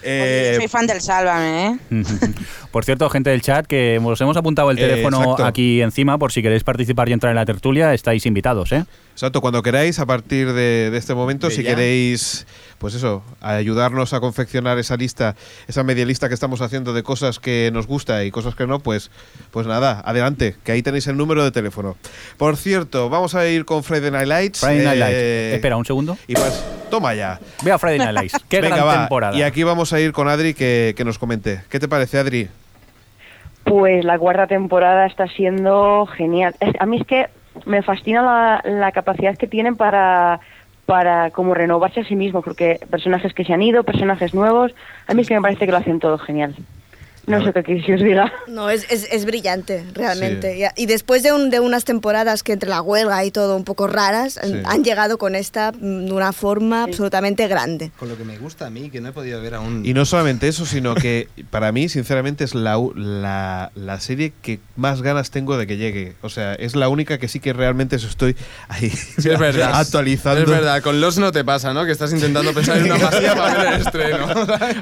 Eh,
Soy fan del Sálvame, ¿eh?
Pues
Por cierto, gente del chat, que os hemos apuntado el
Eh,
teléfono
exacto.
aquí encima por si queréis participar y entrar en la tertulia, estáis invitados, ¿eh?
Exacto, cuando queráis, a partir de, de este momento,
¿De
si
ya?
queréis pues eso, a ayudarnos a confeccionar esa lista, esa media lista que estamos haciendo de cosas que nos gusta y cosas que no, pues, pues nada, adelante, que ahí tenéis el número de teléfono. Por cierto, vamos a ir con Friday Night Lights.
Friday Night Lights.
eh,
Espera un segundo.
Y pues, toma ya.
Ve a Friday Night Lights. Qué
Venga,
gran
va.
temporada.
Y aquí vamos a ir con Adri que, que nos comente. ¿Qué te parece, Adri?
Pues la cuarta temporada está siendo genial. Es- A mí es que me fascina la, la capacidad que tienen para para como renovarse a sí mismos, porque personajes que se han ido, personajes nuevos, a mí es que me parece que lo hacen todo genial. No sé qué queréis que os diga.
No, es, es, es brillante, realmente.
Sí.
Ya- Y después de, un- de unas temporadas que entre la huelga y todo un poco raras,
Sí.
han llegado con esta mm, de una forma absolutamente grande.
Con lo que me gusta a mí, que no he podido ver aún.
Y no solamente eso, sino que para mí, sinceramente, es la, u- la, la serie que más ganas tengo de que llegue. O sea, es la única que sí que realmente os estoy ahí
Sí, es verdad.
actualizando.
Es verdad, con los no te pasa, ¿no? Que estás intentando pensar en una pasilla para ver el estreno.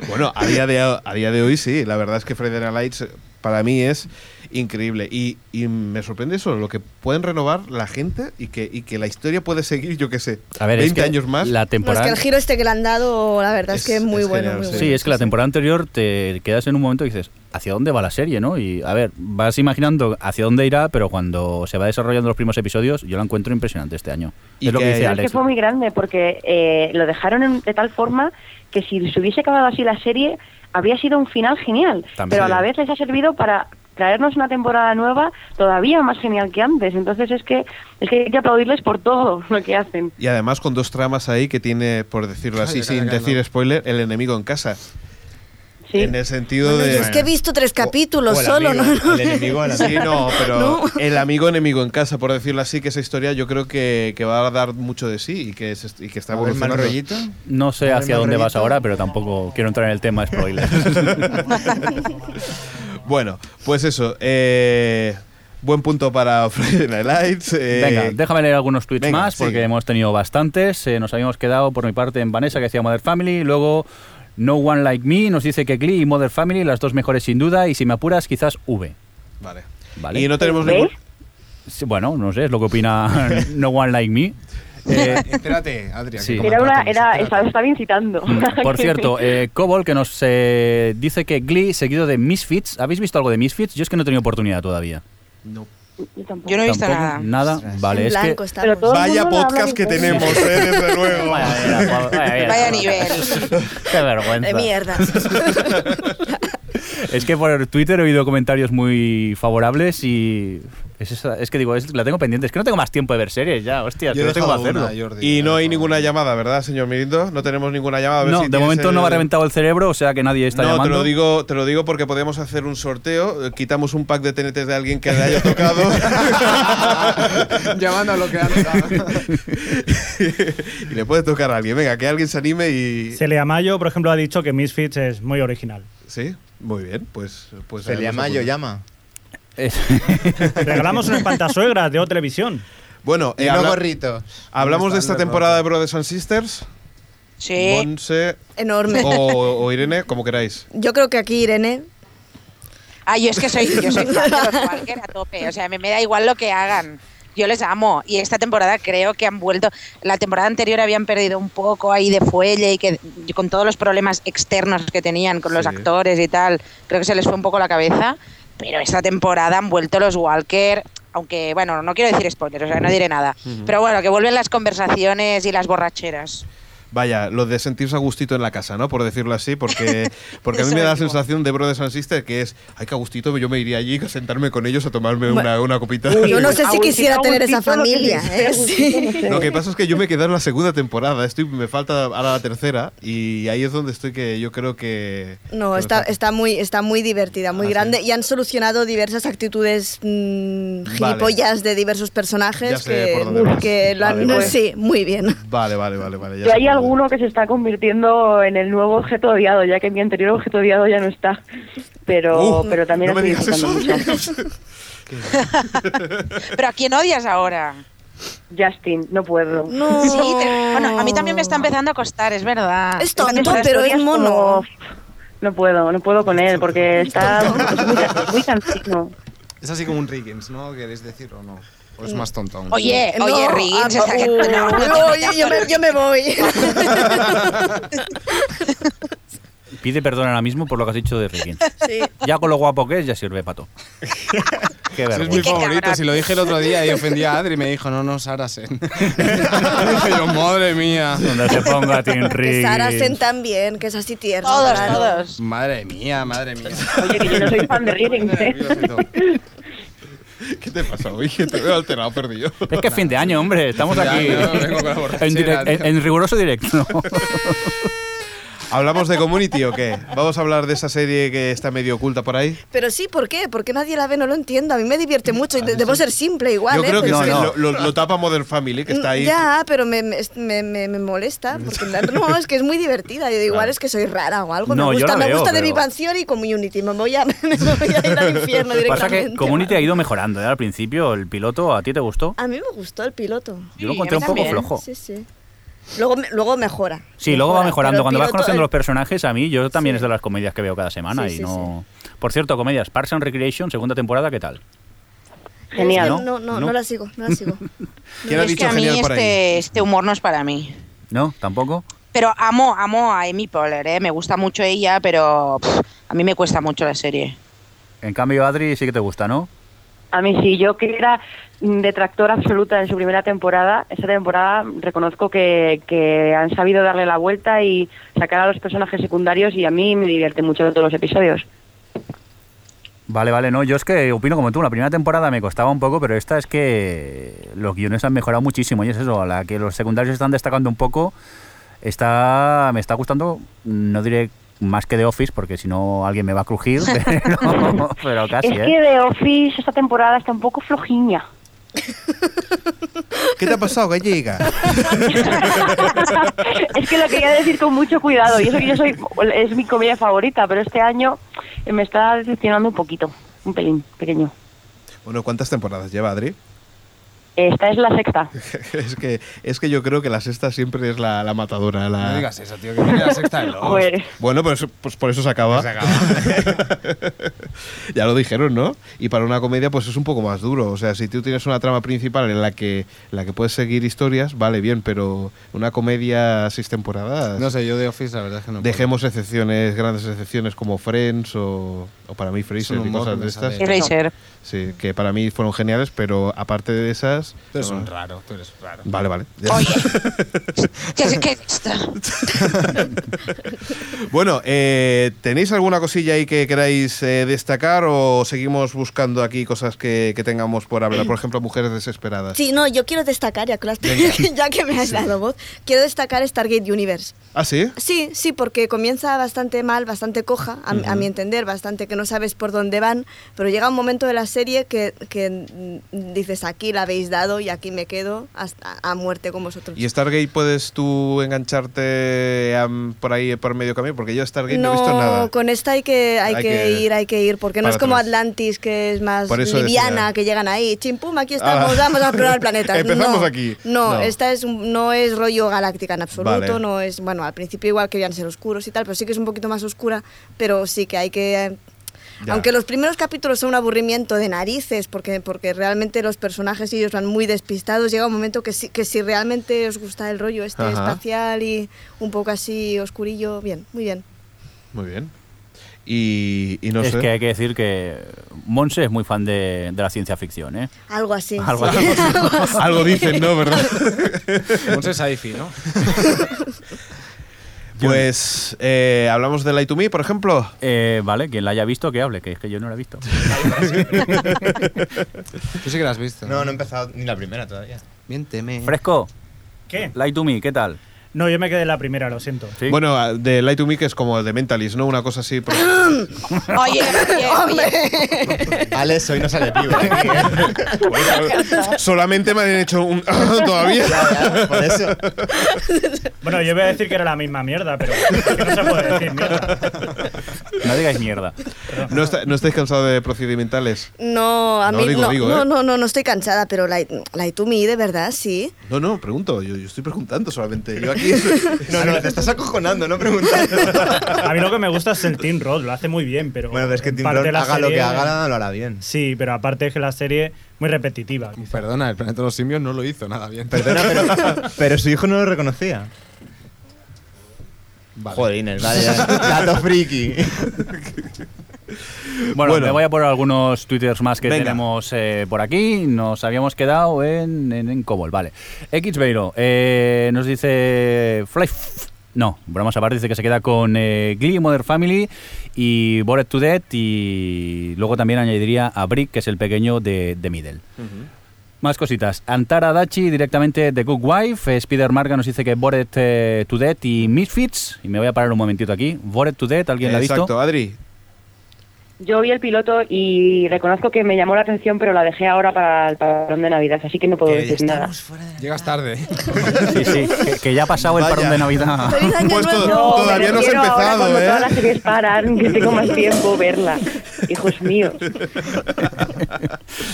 Bueno, a día, de, a día de hoy sí, la verdad es que Friday Night Lights eh, para mí es increíble. Y, y me sorprende eso, lo que pueden renovar la gente y que, y que la historia puede seguir, yo qué sé,
a ver,
20
es que
años más.
La
No, es
temporada.
que el giro este que le han dado, la verdad es,
Es-
que es muy
es
bueno.
genial,
muy
sí.
Sí, es que la temporada anterior te quedas en un momento y dices, ¿hacia dónde va la serie, no? Y a ver, vas imaginando hacia dónde irá, pero cuando se va desarrollando los primeros episodios, yo la encuentro impresionante este año.
Y
es lo que
que-
dice
Pero
Es que
Alex.
fue muy grande porque eh, lo dejaron en- de tal forma que si se hubiese acabado así la serie habría sido un final genial.
También.
Pero a la vez les ha servido para traernos una temporada nueva todavía más genial que antes. Entonces es que es que hay que aplaudirles por todo lo que hacen.
Y además con dos tramas ahí que tiene, por decirlo
Ay,
así,
de cara
sin
a cara,
decir
¿no?
spoiler, el enemigo en casa.
Sí.
En el sentido
Bueno,
de...
yo es que he visto tres
Oh,
capítulos
o el
solo,
amigo,
¿no?
el enemigo a la-
Sí, no, pero
No.
el amigo enemigo en casa, por decirlo así, que esa historia yo creo que, que va a dar mucho de sí y que, se est- y que está
A ver, mal
evolucionando.
rollito.
No sé
Ahora
hacia
me
dónde vas
remito.
ahora, pero tampoco quiero entrar en el tema spoiler.
Bueno, pues eso. eh, buen punto para Friday Night Lights. eh,
Venga, déjame leer algunos tweets
venga,
más porque
sigue.
hemos tenido bastantes. Eh, nos habíamos quedado por mi parte en Vanessa que decía Mother Family, luego No One Like Me nos dice que Glee y Mother Family las dos mejores sin duda y si me apuras quizás V.
Vale.
Vale.
Y no tenemos
¿Ves?
ningún...
Sí, bueno, no sé, es lo que opina No One Like Me. Eh,
Espérate, Adrián.
Sí.
Era una, era, estaba, estaba incitando.
Mm,
por cierto, eh, Cobol que nos eh, dice que Glee seguido de Misfits. ¿Habéis visto algo de Misfits? Yo es que no he tenido oportunidad todavía.
Yo tampoco.
Yo no he visto nada.
Vale,
en
es
blanco
que...
estamos.
todo el
Vaya
mundo la habla
podcast que
diferente.
tenemos, eh, desde luego.
Vaya, vaya,
Vaya nivel.
Qué vergüenza.
De mierda.
Es que por Twitter he oído comentarios muy favorables y. Es, esa- es que digo, es- la tengo pendiente. Es que no tengo más tiempo de ver series ya, hostia.
Yo he
no tengo que
dejado
hacerlo.
una, Jordi.
Y no hay
Yo he dejado
ninguna
una.
llamada, ¿verdad, señor Mirindo? No tenemos ninguna llamada. A ver
no,
si
de
tienes
momento no
el-
me ha reventado el cerebro, o sea que nadie está
no,
llamando.
te lo digo, te lo digo porque podemos hacer un sorteo. eh, Quitamos un pack de TNTs de alguien que le haya tocado
Llamando a lo que anda.
y le puede tocar a alguien. Venga, que alguien se anime y
Celia Mayo, por ejemplo, ha dicho que Misfits es muy original.
sí, muy bien, pues pues
Se
además
llama, yo
apunta.
llama.
Es-
Regalamos una espantasuegra de O Televisión.
Bueno,
Y
eh,
no
habla-
gorritos.
hablamos de esta
Están los
temporada de
dos.
Brothers and Sisters.
Sí.
Monse
Enorme.
o, o Irene, como queráis.
Yo creo que aquí, Irene,
Ah, yo es que soy, yo soy fan de los Walker a tope. O sea, me, me da igual lo que hagan. Yo les amo. Y esta temporada creo que han vuelto. La temporada anterior habían perdido un poco ahí de fuelle y que y con todos los problemas externos que tenían con los
Sí.
actores y tal, creo que se les fue un poco la cabeza. Pero esta temporada han vuelto los Walker. Aunque, bueno, no quiero decir spoilers, o sea, no diré nada. Pero bueno, que vuelven las conversaciones y las borracheras.
Vaya, lo de sentirse a gustito en la casa, ¿no? Por decirlo así, porque, porque a mí
Eso
me da la
mismo.
sensación de Brothers and Sisters que es, ay, que a gustito yo me iría allí a sentarme con ellos a tomarme una, una copita.
yo no sé si
Agustito,
quisiera tener esa
Agustito, lo que
familia.
dice,
¿eh?
Agustito, no
Sí.
sé.
Lo que pasa es que yo me he quedado en la segunda temporada, estoy, me falta ahora la tercera y ahí es donde estoy que yo creo que...
No,
que
está, está, muy, está muy divertida, muy
Ah,
grande.
sí.
Y han solucionado diversas actitudes mm,
Vale.
gilipollas de diversos
Ya
personajes
sé por dónde
que,
vas.
que lo han.
Vale, vale.
Sí, muy bien.
Vale, vale, vale, vale. ya
Yo
sé
hay
por dónde.
alguno que se está convirtiendo en el nuevo objeto odiado, ya que mi anterior objeto odiado ya no está. Pero,
Uh,
pero también
no me
estoy
digas eso.
disfrutando mucho.
Pero ¿a quién odias ahora?
Justin, no puedo.
No.
Sí, te- bueno, a mí también me está empezando a costar, es verdad.
Es tonto,
Estas
pero es
historias
mono.
como-
No puedo, no puedo con él porque está es muy, muy cansino.
Es así como un Riggins, ¿no? ¿Queréis decir o no? ¿O es más tonto aún?
Oye,
No,
oye, Riggs,
ah,
esta
uh,
gente- no, no,
no, oye, yo me, yo me voy.
Pide perdón ahora mismo por lo que has dicho de Ricky.
Sí.
Ya con lo guapo que es, ya sirve pato. Qué
Ese es mi
vergüenza.
favorito,
cabrón.
si lo dije el otro día y ofendí a Adri, me dijo, no, no, Sarasen. Dije yo, madre mía.
Donde se ponga Tim
Que Sarasen
Riggins.
también, que es así tierno.
Todos,
claro.
todos.
Madre mía, madre mía.
Oye, que yo no soy fan de Reading, ¿eh?
¿Qué te pasa hoy? Que te veo alterado, perdido.
Es que es fin de año, hombre. Estamos
Ya,
aquí.
no, vengo con la borrachera,
en, direct- en-
tío.
en riguroso directo.
¿Hablamos de Community o qué? ¿Vamos a hablar de esa serie que está medio oculta por ahí?
Pero sí, ¿por qué? Porque nadie la ve, no lo entiendo. A mí me divierte mucho. y de- Debo ser simple igual,
Yo
¿eh?
creo que
Pero
sí, Lo,
es
lo- lo tapa Modern Family, que está ahí.
Ya, pero me, me, me- me- me molesta. Porque no, es que es muy divertida. Yo digo, igual es que soy rara o algo.
No,
me
yo
gusta,
la
me
veo,
gusta de
pero-
mi canción y Community. Me voy a, me voy a ir al infierno directamente.
Pasa que Community ha ido mejorando. ¿eh? Al principio, el piloto, ¿a ti te gustó?
A mí me gustó el piloto.
Yo lo
Sí,
encontré
a
un
mí
poco
también.
flojo.
Sí, sí. Luego, me- luego mejora.
Sí, luego va mejorando.
pero
Cuando vas
piloto- eh,
conociendo
el-
los personajes, a mí, yo también
Sí.
es de las comedias que veo cada semana
Sí,
y
sí,
no. Por cierto, comedias. Parks and Recreation, segunda temporada, ¿qué tal?
Genial.
No, no, no,
No.
no la sigo, no la sigo.
¿Quién ha
Es que
dicho
a mí
genial por ahí?
este, este humor no es para mí.
¿No? ¿Tampoco?
Pero amo, amo a Amy Poehler, ¿eh? me gusta mucho ella, pero pff, a mí me cuesta mucho la serie.
En cambio, Adri sí que te gusta, ¿no?
A mí sí, yo que era mm, detractora absoluta en su primera temporada, esa temporada reconozco que, que han sabido darle la vuelta y sacar a los personajes secundarios y a mí me divierte mucho todos los episodios.
Vale, vale, no, yo es que opino como tú, la primera temporada me costaba un poco, pero esta es que los guiones han mejorado muchísimo y es eso, la que los secundarios están destacando un poco, está, me está gustando, no diré más que The Office, porque si no alguien me va a crujir, pero, pero casi,
es
¿eh?
que The Office esta temporada está un poco flojiña.
¿Qué te ha pasado, gallega?
es que lo quería decir con mucho cuidado y eso que yo soy, es mi comedia favorita, pero este año eh, me está decepcionando un poquito, un pelín, pequeño.
Bueno, ¿cuántas temporadas lleva Adri?
Esta es la sexta.
es, que, es que yo creo que la sexta siempre es la, la matadora. La...
No digas eso, tío, que viene la sexta de los.
Joder.
Bueno, pues, pues por eso se acaba.
Se acaba.
ya lo dijeron, ¿no? Y para una comedia, pues es un poco más duro. O sea, si tú tienes una trama principal en la que, en la que puedes seguir historias, vale, bien, pero una comedia seis temporadas.
No sé, yo de Office la verdad es que no. puedo.
Dejemos excepciones, grandes excepciones como Friends o, o para mí Fraser
un
y
humor
cosas de
que me
estas.
sale.
Es Razer.
Sí, que para mí fueron geniales, pero aparte de esas.
Tú eres
no.
un raro, tú eres raro.
Vale, vale.
Oye, que es que
Bueno, eh, ¿tenéis alguna cosilla ahí que queráis eh, destacar o seguimos buscando aquí cosas que, que tengamos por hablar? Por ejemplo, mujeres desesperadas.
Sí, no, yo quiero destacar, ya que, lo has- ya que me has dado voz, quiero destacar Stargate Universe.
¿Ah, sí?
Sí, sí, porque comienza bastante mal, bastante coja, a, mi- a mi entender, bastante que no sabes por dónde van, pero llega un momento de la serie que, que, mm, dices, aquí la habéis dado y aquí me quedo hasta a muerte con vosotros.
¿Y Stargate puedes tú engancharte am, por ahí por medio camino? Porque yo Stargate no, he visto nada.
con esta hay que, hay
Hay
que,
que-
ir, hay que ir, porque no
para
es como
atrás.
Atlantis, que es más
Por eso
liviana,
decía.
que llegan ahí, chimpum, aquí estamos,
Ah.
vamos a explorar el planeta.
Empezamos
No,
aquí.
No,
No.
esta es, un- no es rollo galáctica en absoluto,
Vale.
no es, bueno, al principio igual querían ser oscuros y tal, pero sí que es un poquito más oscura, pero sí que hay que... eh,
Ya.
Aunque los primeros capítulos son un aburrimiento de narices, porque, porque realmente los personajes ellos van muy despistados, llega un momento que si, que si realmente os gusta el rollo este
Ajá.
espacial y un poco así oscurillo, bien, muy bien.
Muy bien. Y, y no
es
sé.
que hay que decir que Monse es muy fan de, de la ciencia ficción, ¿eh?
Algo así.
Algo
sí.
así.
Algo así.
Algo dicen, ¿no? ¿Verdad?
Entonces sci-fi, ¿no?
pues eh, hablamos de Light to Me, por ejemplo.
Eh, vale, quien la haya visto que hable, que es que yo no la he visto.
Tú sí que la has visto.
No, no he empezado ni la primera todavía.
Miénteme.
Fresco,
¿Qué?
Light to Me, ¿qué tal?
No, yo me quedé en la primera, lo siento.
¿Sí?
Bueno, a- de Light to Me, que es como de Mentalist, ¿no? Una cosa así. pero-
Oye, oye, oye,
Alex, hoy no sale vivo. ¿eh?
Solamente me han hecho un. todavía.
Ya, ya, por eso.
Bueno, yo voy a decir que era la misma mierda, pero que no se puede decir mierda.
No digáis mierda.
¿No, está- no estáis cansados de procedimentales?
No, a
No,
mí
digo,
no,
digo,
no,
¿eh?
no, no, no estoy cansada, pero la, la Itumi, de verdad, sí.
No, no, pregunto. Yo, yo estoy preguntando solamente. Yo aquí aquí.
No, no, te estás acojonando, no preguntas.
A mí lo que me gusta es el Team Roth, lo hace muy bien, pero.
bueno, pero es que
en
Tim
parte
Roth
la
haga lo que
serie-
haga, lo hará bien.
Sí, pero aparte es que la serie muy repetitiva.
Perdona, el planeta de los simios no lo hizo nada bien.
Perdona, pero, pero su hijo no lo reconocía.
Vale.
Jolines, vale, ya. dato friki. Eh,
Bueno,
Bueno.
me voy a por algunos twitters más que
Venga.
tenemos eh, por aquí. Nos habíamos quedado en, en, en Cobol, vale. X Beiro eh, nos dice Fly. No, bromas aparte, dice que se queda con eh, Glee, Mother Family y Bored to Death. Y luego también añadiría a Brick, que es el pequeño de, de Middle. Más cositas. Antara Dachi directamente de Good Wife. Eh, Spider Marga nos dice que Bored eh, to Death y Misfits. Y me voy a parar un momentito aquí. Bored to Death, ¿alguien la ha visto?
Exacto, Adri.
Yo vi el piloto y reconozco que me llamó la atención, pero la dejé ahora para el parón de Navidad, así que no puedo decir nada.
Llegas tarde.
Sí, sí, que, que ya ha pasado el
Vaya.
parón de Navidad.
¡Feliz año
Pues
nuevo!
todo-
me
todavía no has
refiero ahora
empezado,
cuando
¿eh?
Todas las series paran, que tengo más tiempo verla. Hijos míos.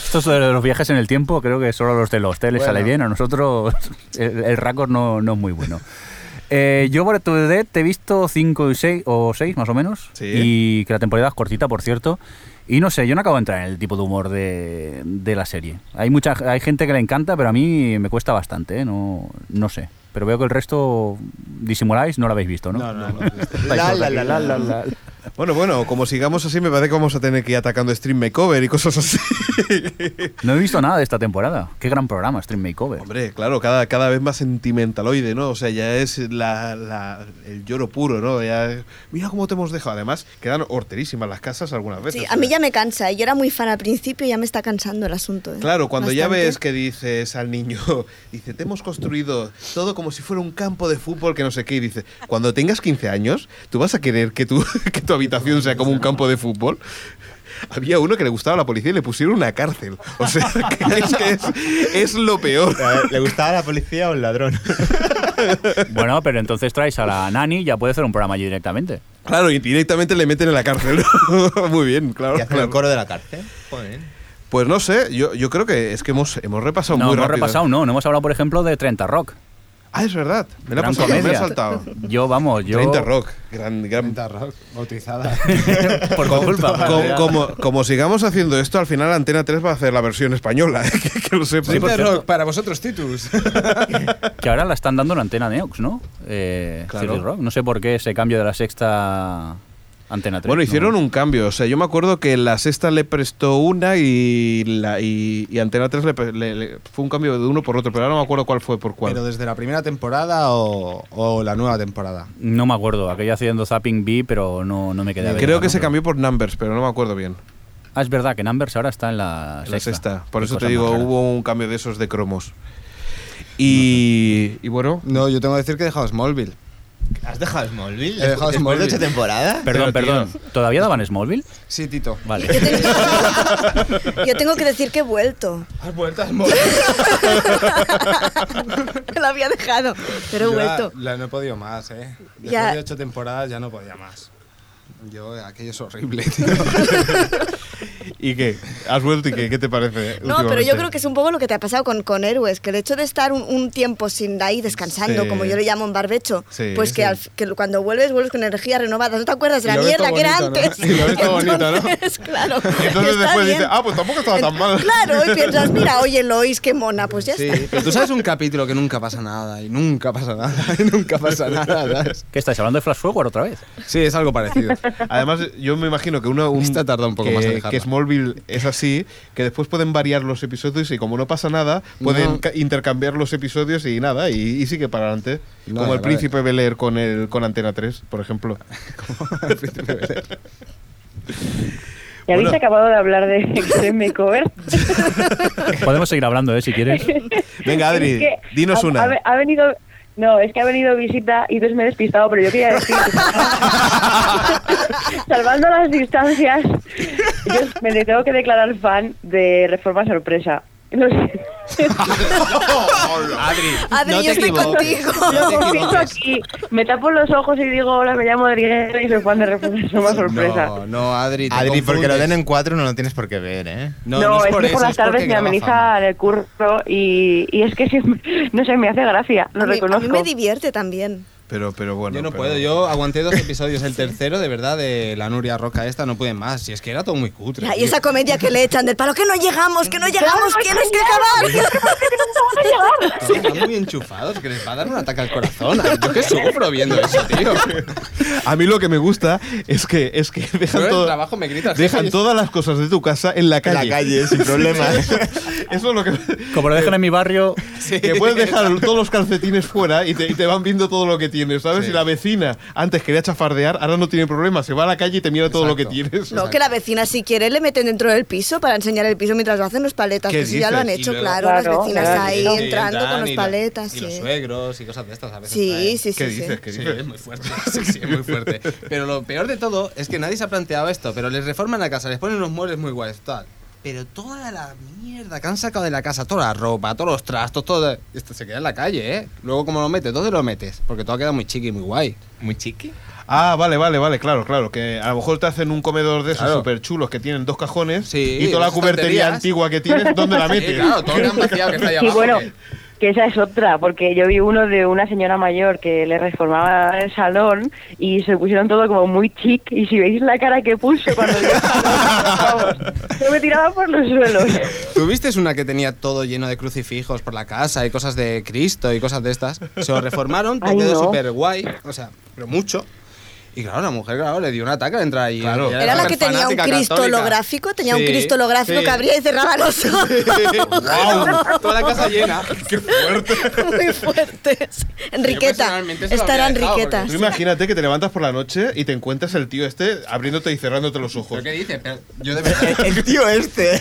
Esto es lo de los viajes en el tiempo, creo que solo a los de los hoteles
Bueno.
sale bien, a nosotros el, el récord no, no es muy bueno. Eh, yo por tu edad te he visto 5 y 6 o 6 más o menos,
Sí.
y que la temporada es cortita, por cierto. Y no sé, yo no acabo de entrar en el tipo de humor de, de la serie. Hay mucha hay gente que le encanta, pero a mí me cuesta bastante, ¿eh? no, no sé. Pero veo que el resto disimuláis, no lo habéis visto, ¿no? Estáis
La,
todos
la,
aquí.
la, la, la, la.
Bueno, bueno, como sigamos así, me parece que vamos a tener que ir atacando Stream Makeover y cosas así.
No he visto nada de esta temporada. Qué gran programa, Stream Makeover.
Hombre, claro, cada, cada vez más sentimentaloide, ¿no? O sea, ya es la, la- el lloro puro, ¿no? Ya, mira cómo te hemos dejado. Además, quedan horterísimas las casas algunas veces. ¿eh?
Sí, a mí ya me cansa. y Yo era muy fan al principio y ya me está cansando el asunto. ¿eh?
Claro, cuando ya
Bastante.
ves que dices al niño, dice, te hemos construido todo como si fuera un campo de fútbol que no sé qué, y dice, cuando tengas 15 años, ¿tú vas a querer que tu, que tu habitación sea como un campo de fútbol? Había uno que le gustaba la policía y le pusieron una cárcel. O sea, que es, que es- es lo peor.
A ver, ¿Le gustaba la policía o el ladrón?
Bueno, pero entonces traes a la Nani y ya puede hacer un programa allí directamente.
Claro, y directamente le meten en la cárcel. Muy bien, claro.
Y hacer el
claro.
coro de la cárcel. Joder.
Pues no sé, yo, yo creo que es que hemos, hemos repasado
no,
muy
hemos
rápido. ¿eh?
repasado, no. No hemos hablado, por ejemplo, de 30 Rock.
Ah, es verdad. Me la he
Gran
pasado, me la he
comedia.
saltado.
Yo, vamos, yo.
30 Rock, gran, gran
Bautizada.
Por tu culpa.
Co-
madre, ya.
como, como sigamos haciendo esto, al final Antena 3 va a hacer la versión española, ¿eh? que, que lo sepa.
Winter Rock, para vosotros, Titus.
Que ahora la están dando la antena Neox, ¿no? Eh,
Claro.
30 Rock. No sé por qué ese cambio de la sexta antena 3.
Bueno, hicieron un cambio. O sea, yo me acuerdo que la sexta le prestó una y, la, y, y Antena 3 le, pre- le- le- fue un cambio de uno por otro, pero ahora no me acuerdo cuál fue por cuál.
Pero desde la primera temporada o, o la nueva temporada.
No me acuerdo. Aquella haciendo Zapping B, pero no, no me quedé. a ver
Creo
nada,
que se
pero-
cambió por Numbers, pero no me acuerdo bien.
Ah, es verdad que Numbers ahora está en la
en
sexta.
La sexta. Por
Qué
eso
cosa
te digo,
más rara.
hubo un cambio de esos de cromos. Y, y bueno,
No, yo tengo que decir que he dejado Smallville.
¿Has dejado Smallville?
He dejado
¿Después
Smallville.
de ocho temporadas?
Perdón,
Pero, tío.
perdón. ¿Todavía daban Smallville?
Sí, Tito.
Vale.
Yo tengo, yo tengo que decir que he vuelto.
Has vuelto a Smallville.
Lo había dejado, pero he vuelto.
La, no he podido más, ¿eh? Después
Ya.
de ocho temporadas ya no podía más. Yo, aquello es horrible,
¿y qué? ¿Has vuelto y qué? ¿Qué te parece?
No, pero
últimamente?
yo creo que es un poco lo que te ha pasado con, con Héroes, que el hecho de estar un, un tiempo sin ahí descansando,
Sí.
como yo le llamo en barbecho,
Sí,
pues
sí.
que, al f- que cuando vuelves, vuelves con energía renovada. ¿No te acuerdas de
Y
la
lo ves todo
mierda que era
bonito, ¿no?
antes?
Y lo ves todo bonito, ¿no?
Entonces, claro.
Entonces
está
después
bien.
dices, ah, pues tampoco estaba tan mal.
Claro, y piensas, mira, oye, Lois, qué mona, pues ya está.
Sí, pero tú sabes un capítulo que nunca pasa nada, y nunca pasa nada, y nunca pasa nada, ¿sabes?
¿Qué estáis hablando de Flash Forward otra vez?
Sí, es algo parecido.
Además, yo me imagino que uno. Un,
Esta tarda un poco
que,
más en dejarla.
Que Smallville es así, que después pueden variar los episodios y como no pasa nada, pueden
No.
ca- intercambiar los episodios y nada, y, y sigue para adelante.
No,
como el
vale.
príncipe Bel Air con, el, con Antena 3, por ejemplo.
¿Ya habéis
Bueno.
acabado de hablar de Extreme Makeover?
Podemos seguir hablando, ¿eh? Si quieres.
Venga, Adri,
Es que
dinos
ha-
una.
Ha, ha venido. No, es que ha venido visita y entonces me he despistado, pero yo quería decir. salvando las distancias, yo me tengo que declarar fan de Reforma Sorpresa. Lo siento.
Adri,
Adri,
no
yo
te
estoy
equivoques.
contigo.
No te
Confieso
equivoques.
aquí, me tapo los ojos y digo, hola, me llamo Adriana y soy fan de Refugios, es una sorpresa.
No, no, Adri. te
Adri, porque lo
confundes.
den en cuatro no lo tienes por qué ver, ¿eh?
No, es, que por
eso,
las
es porque
tardes me
graba
ameniza
fama.
en el curso y, y es que siempre- no sé, me hace gracia, lo
A mí-
reconozco.
A mí me divierte también.
Pero, pero bueno.
Yo no
pero-
puedo, yo aguanté dos episodios. El tercero, de verdad, de la Nuria Roca esta, no pude más. Y es que era todo muy cutre.
Y esa comedia que le echan del palo, que no llegamos, que no llegamos, tienes que acabar.
Todos Están muy enchufados, que les va a dar un ataque al corazón. Yo que sufro viendo eso, tío.
A mí lo que me gusta es que, es que
Yo
dejan,
en
todo-
el trabajo me gritas.
dejan
"Oye,
todas las cosas de tu casa en la
En
calle.
la calle, sin problemas.
Eso es lo que.
Como lo dejan en mi barrio,
Que puedes dejar todos los calcetines fuera y te, y te van viendo todo lo que tienes, ¿sabes?
Sí.
Y la vecina antes quería chafardear, ahora no tiene problema, se va a la calle y te mira todo lo que
Exacto.
tienes.
No, que la vecina si quiere le meten dentro del piso para enseñar el piso mientras lo hacen los paletas,
¿Qué
que si ya lo han
dices?
Y
hecho,
luego-
claro,
Claro,
las vecinas
claro.
ahí
Sí,
entrando
entran
con los
y
paletas.
Y
sí.
los suegros y cosas de estas a veces.
Sí,
traen.
sí, sí.
¿Qué
sí.
dices? ¿Qué
Sí,
dices?
es muy fuerte. Sí, sí, es muy fuerte. Pero lo peor de todo es que nadie se ha planteado esto, pero les reforman la casa, les ponen unos muebles muy guays, tal. Pero toda la mierda que han sacado de la casa, toda la ropa, todos los trastos, todo. Esto se queda en la calle, ¿eh? Luego, ¿cómo lo metes? ¿Dónde lo metes? Porque todo ha quedado muy chiqui y muy guay.
¿Muy chiqui?
Ah, vale, vale, vale, claro, claro. Que a lo mejor te hacen un comedor de esos
Claro.
súper chulos que tienen dos cajones
Sí,
y toda la
esas
cubertería
estanterías.
antigua que tienes, ¿dónde la
Sí,
metes?
claro, todo lo que han vaciado que está ahí
Y
abajo.
bueno,
que-
que esa es otra, porque yo vi uno de una señora mayor que le reformaba el salón y se pusieron todo como muy chic y si veis la cara que puso cuando vio el salón, vamos, yo me tiraba por los suelos.
¿Tuviste una que tenía todo lleno de crucifijos por la casa y cosas de Cristo y cosas de estas? Se lo reformaron, todo
Ay,
quedó
no.
súper guay, o sea, pero mucho. Y claro, la mujer, claro, le dio un ataque al entrar ahí.
Claro.
Y
Era la que
súper
tenía un
fanática
cristo
católica.
holográfico, tenía un
Sí,
cristo holográfico
sí.
que abría y cerraba los ojos.
¡Guau! Toda la casa llena. ¡Qué fuerte!
Muy fuertes. Enriqueta.
personalmente se lo
Esta era
habría dejado,
Enriqueta.
Tú imagínate que te levantas por la noche y te encuentras el tío este abriéndote y cerrándote los ojos.
¿Pero qué dices? Pero Yo de verdad
El tío este.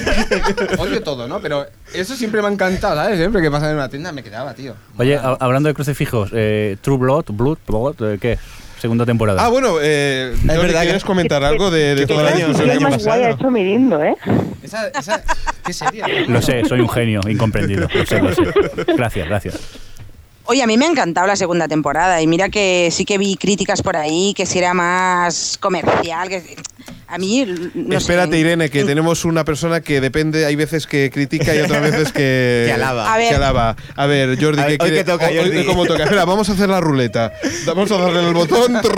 odio todo, ¿no? Pero eso siempre me ha encantado, ¿sabes? Siempre que pasaba en una tienda me quedaba, tío.
oye, ha- hablando de crucifijos, eh, True Blood, Blood, Blood, eh, ¿qué? Segunda temporada.
Ah, bueno, eh, Jordi,
verdad que-
¿quieres comentar algo de, de
que-
toda la
que-
discusión
Es
que hemos
más guay, ha
pasado?
hecho mirindo, ¿eh?
Esa, esa, ¿Qué sería?
Lo sé, soy un genio, incomprendido. Lo sé, lo sé. Gracias, gracias.
Oye, a mí me ha encantado la segunda temporada y mira que sí que vi críticas por ahí, que si era más comercial, que a mí... No
Espérate,
sé, Mm.
Irene, que tenemos una persona que depende, hay veces que critica y otras veces que,
Que alaba.
A ver.
que alaba. A ver, Jordi,
A ver,
¿qué
hoy
quiere-
que toca,
hoy- hoy
Jordi.
¿Cómo toca? Espera, vamos a hacer la ruleta. Vamos a darle el botón.
Lo tengo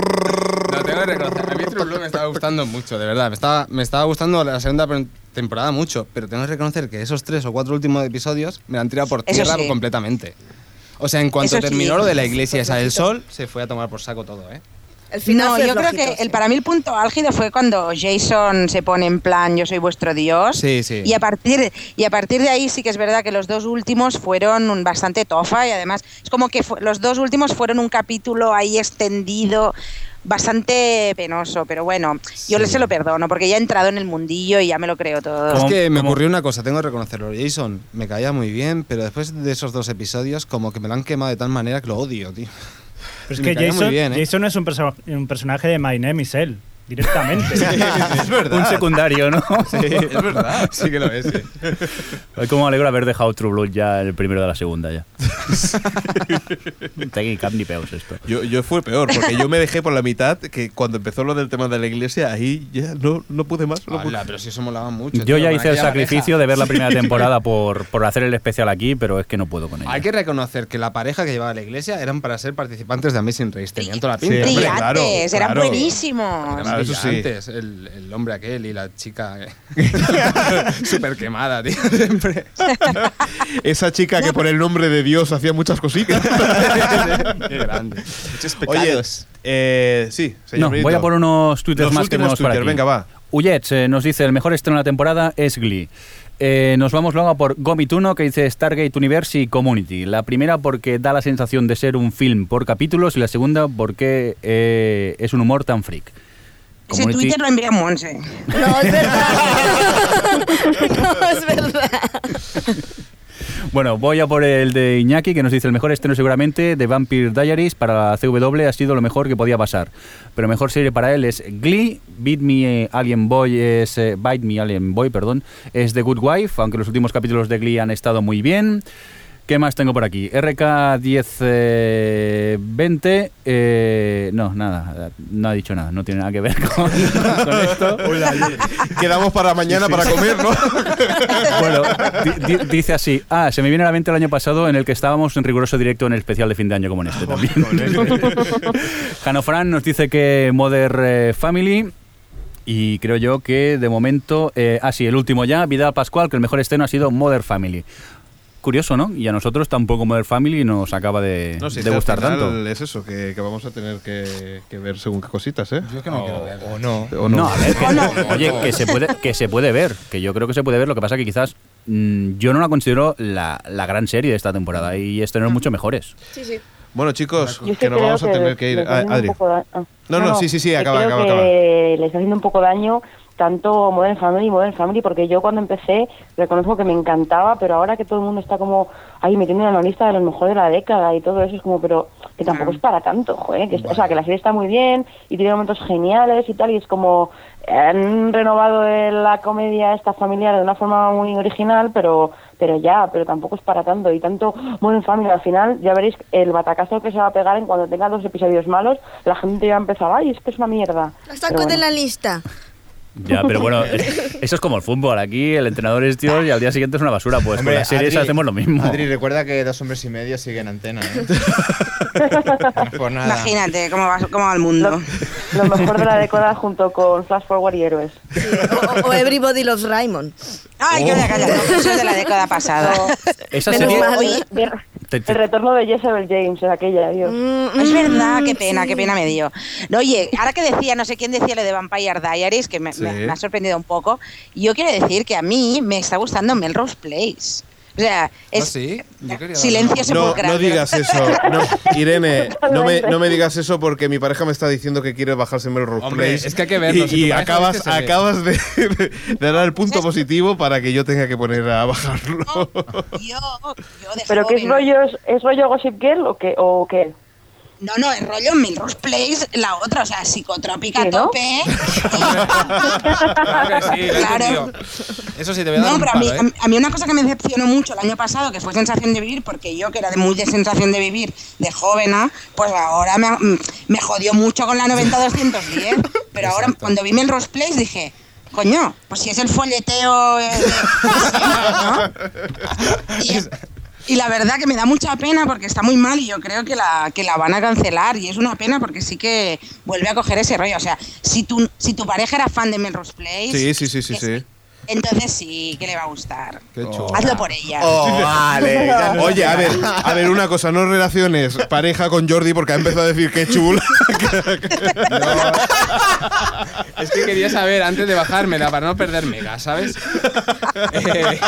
que reconocer. A mí True Blood me estaba gustando mucho, de verdad. Me estaba, me estaba gustando la segunda per- temporada mucho, pero tengo que reconocer que esos tres o cuatro últimos episodios me la han tirado por
Eso
tierra
sí.
completamente. O sea, en cuanto
Eso sí.
terminó lo de la iglesia esa del sol, se fue a tomar por saco todo, ¿eh?
El final
no,
fue
yo creo
flojito,
que
sí.
el, para mí el punto álgido fue cuando Jason se pone en plan yo soy vuestro dios.
Sí, sí.
Y a partir y a partir de ahí sí que es verdad que los dos últimos fueron un bastante tofa y además es como que fu- los dos últimos fueron un capítulo ahí extendido bastante penoso, pero bueno, yo le se lo perdono porque ya he entrado en el mundillo y ya me lo creo todo.
¿Cómo?
Es que me
¿Cómo?
ocurrió una cosa, tengo que reconocerlo. Jason me caía muy bien, pero después de esos dos episodios, como que me lo han quemado de tal manera que lo odio, tío.
Pero es
Me
que
caía muy
Jason,
bien, ¿eh?
Jason no es un, perso- un personaje de My Name is Él, directamente.
es verdad.
Un secundario, ¿no?
es verdad. Sí que lo es. sí.
Ay, Cómo me alegro haber dejado True Blood ya el primero de la segunda ya. Tengo cap ni peos esto.
Yo, yo fue peor, porque yo me dejé por la mitad, que cuando empezó lo del tema de la iglesia, ahí ya no, no pude más. no pude-
Hola, pero si eso molaba mucho.
Yo
tío,
ya
con
hice el
aquella pareja.
sacrificio de ver la primera temporada por, por hacer el especial aquí, pero es que no puedo con
Hay
ella.
que reconocer que la pareja que llevaba a la iglesia eran para ser participantes de Amazing Race. Tenían toda la
Sí,
pinta.
hombre,
Brillantes,
claro,
eran
claro.
buenísimos.
Claro, Ah, eso sí.
Ah, Antes, el, el hombre aquel y la chica. eh. Súper quemada, tío. Siempre.
Esa chica que por el nombre de Dios hacía muchas cositas.
Grande. Muchos
Oye, eh, sí, señor
No,
Benito.
voy a por unos twitters
Los
más que
últimos
tenemos por
Twitter,
aquí.
venga, va.
Ullets eh, nos dice, el mejor estreno de la temporada es Glee. Eh, nos vamos luego a por Gomituno, que dice Stargate Universe y Community. La primera porque da la sensación de ser un film por capítulos y la segunda porque eh, es un humor tan freak.
Ese
Community-
Twitter lo eh. envía Monse.
No, es verdad. no, es verdad.
Bueno, voy a por el de Iñaki, que nos dice el mejor estreno seguramente de Vampire Diaries para la CW ha sido lo mejor que podía pasar. Pero mejor serie para él es Glee, Beat Me eh, Alien Boy es eh, Bite Me Alien Boy, perdón, es The Good Wife, aunque los últimos capítulos de Glee han estado muy bien. ¿Qué más tengo por aquí? RK 1020. eh, no, nada. No ha dicho nada. No tiene nada que ver con, con esto.
Quedamos para mañana para comer, ¿no?
Bueno, di- di- dice así. Ah, se me viene a la mente el año pasado en el que estábamos en riguroso directo en el especial de fin de año, como en este también. Janofran nos dice que Mother eh, Family. Y creo yo que de momento. eh, ah, sí, el último ya, Vidal Pascual, que el mejor estreno ha sido Mother Family. Curioso, ¿no? Y a nosotros tampoco Mother Family nos acaba de,
No, sí,
de
al
gustar
final
tanto.
Es eso, que, que vamos a tener que, que ver según qué cositas, ¿eh?
Yo es que no quiero ver.
O Oh, no.
¿O
No, a ver, que- oye, que se, puede, que se puede ver, que yo creo que se puede ver, lo que pasa que quizás mm, yo no la considero la, la gran serie de esta temporada y estrenos mucho mejores.
Sí, sí.
Bueno, chicos,
Yo es
que nos
creo
vamos a tener que ir.
le está
Ah,
haciendo un
Adri.
poco da- ah.
No, no, sí, sí, sí,
que
acaba,
creo
acaba,
que
acaba.
eh, Le está haciendo un poco daño tanto Modern Family y Modern Family, porque yo cuando empecé reconozco que me encantaba, pero ahora que todo el mundo está como, ay, metiendo en la lista de lo mejor de la década y todo eso, es como, pero que tampoco
Ah.
es para tanto, joder, que es- o sea, que la serie está muy bien y tiene momentos geniales y tal, y es como, eh, han renovado eh, la comedia esta familiar de una forma muy original, pero pero ya, pero tampoco es para tanto y tanto Modern Family al final, ya veréis el batacazo que se va a pegar en cuando tenga dos episodios malos, la gente ya empezaba, ay, es que es una mierda.
La
Pero
saco de
bueno.
la lista.
Ya, pero bueno, es- eso es como el fútbol. Aquí el entrenador es Dios y al día siguiente es una basura. Pues
Hombre,
con las series
Adri-
hacemos lo mismo.
Adri, recuerda que dos hombres y medio siguen antena, ¿eh? No es por nada.
Imagínate cómo va, cómo va el mundo.
Lo mejor de la década junto con Flash Forward y Héroes.
Sí. O, o Everybody Loves Raymond.
Ay, que calla, no, eso es de la década pasada.
Esa
Menos
serie.
mal.
Oye,
te-
El
te-
retorno de Jezebel James es aquella, Dios.
Mm,
Es
mm,
verdad, qué
sí.
pena, qué pena me dio. No, oye, ahora que decía, no sé quién decía lo de Vampire Diaries, que me,
Sí.
me- me ha sorprendido un poco, yo quiero decir que a mí me está gustando Melrose Place. O sea, es
Ah, sí. Yo quería
silencio
No,
sepulcral.
no digas eso. No, Irene, no me, no me digas eso porque mi pareja me está diciendo que quiere bajarse Melrose
Hombre,
Place.
es que hay que verlo,
Y,
si tu
y
pareja
acabas,
es que se ve.
acabas de, de dar el punto positivo para que yo tenga que poner a bajarlo.
Yo, yo de
Pero que es
joven-
rollo, es rollo Gossip Girl o qué, o qué?
No, no, el rollo Melrose Place, la otra, o sea, psicotrópica
Sí,
a
¿no?
tope.
Claro que sí, claro.
Claro.
tío. Eso sí, te voy a dar
No,
un
pero a mí,
palo, ¿eh?
a mí- a mí una cosa que me decepcionó mucho el año pasado, que fue Sensación de Vivir, porque yo que era de muy de Sensación de Vivir de joven, ¿ah? pues ahora me, me jodió mucho con la 90-210, pero ahora cuando vi el Rose Place dije, coño, pues si es el folleteo eh, de- de siempre, ¿no? Y, y la verdad que me da mucha pena porque está muy mal y yo creo que la, que la van a cancelar y es una pena porque sí que vuelve a coger ese rollo. O sea, si tu, si tu pareja era fan de Melrose Place,
Sí, sí, sí, sí,
es-
sí.
entonces sí que le va a gustar.
Oh.
Qué chulo.
Hazlo por ella.
Oh,
vale. ya no-
Oye, a ver, a ver, una cosa, no relaciones pareja con Jordi porque ha empezado a decir que chula.
Es que quería saber antes de bajármela para no perder megas, ¿sabes? Eh,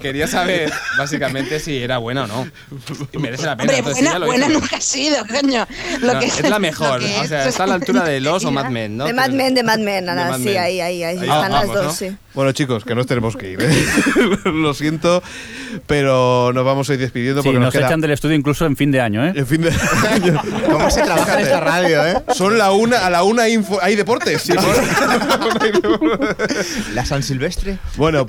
quería saber básicamente si era buena o no. Y merece la pena.
Hombre,
entonces,
buena,
pues ya lo
buena
hizo.
nunca ha sido, coño. Lo
No,
que
es la mejor.
lo que
o
es.
sea, está a la altura de los o Mad Men, ¿no?
De Mad Men, de Mad Men,
De
nada,
Mad
sí,
Men.
ahí, ahí, ahí
Ahí
están las
vamos,
dos,
¿no?
sí.
Bueno, chicos, que nos tenemos que ir. ¿eh? Lo siento, pero nos vamos a ir despidiendo
sí,
porque
nos
nos, queda
echan del estudio incluso en fin de año, ¿eh?
el fin de año.
¿Cómo se trabaja en esta radio, eh?
Son la una, a la una info. ¿Hay deportes? Sí,
La San Silvestre.
bueno,
Eh,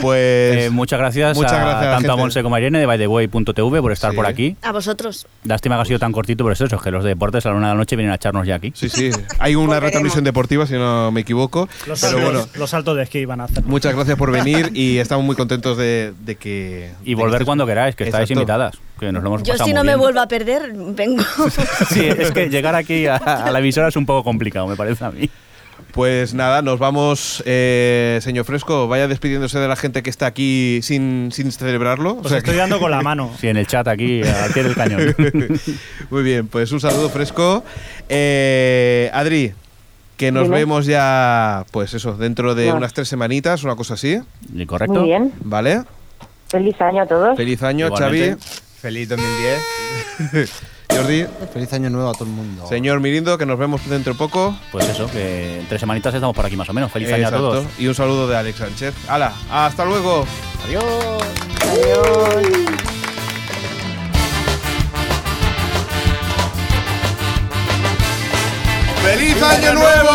pues.
muchas gracias,
muchas gracias a
a,
la
tanto a
gente.
Monse como a Irene de bytheway.tv por estar
Sí.
por aquí.
A vosotros.
Lástima que ha sido tan cortito, pero es eso, es que los de deportes a la una de la noche vienen a echarnos ya aquí.
Sí, sí. Hay una
Volveremos.
retransmisión deportiva, si no me equivoco.
Los
Pero
saltos,
bueno,
los saltos de esquí van a hacer.
muchas gracias por venir y estamos muy contentos de, de que.
Y volver cuando queráis, que estáis
Exacto.
invitadas, que nos lo hemos
Yo
pasado
si no
muy
me
bien.
vuelvo a perder, vengo.
Sí, es que llegar aquí a, a la emisora es un poco complicado, me parece a mí.
Pues nada, nos vamos, eh, señor Fresco. Vaya despidiéndose de la gente que está aquí sin, sin celebrarlo.
Os
O sea que-
Pues estoy dando con la mano.
Sí, en el chat aquí, al pie del cañón.
Muy bien, pues un saludo fresco. Eh, Adri, que nos
Dime.
vemos ya, pues eso, dentro de
Ya.
unas tres semanitas, una cosa así,
¿Y ¿Correcto?
Muy bien,
¿vale?
feliz año a todos.
Feliz año,
Igualmente.
Feliz 2010.
Xavi, Jordi,
Feliz año nuevo a todo el mundo.
señor Mirindo, que nos vemos dentro poco.
Pues eso, que en tres semanitas estamos por aquí más o menos. Feliz año a
Exacto.
todos.
Y un saludo de Alex Sánchez. ¡Hala! ¡Hasta luego!
Adiós.
Adiós.
¡Feliz Año Nuevo!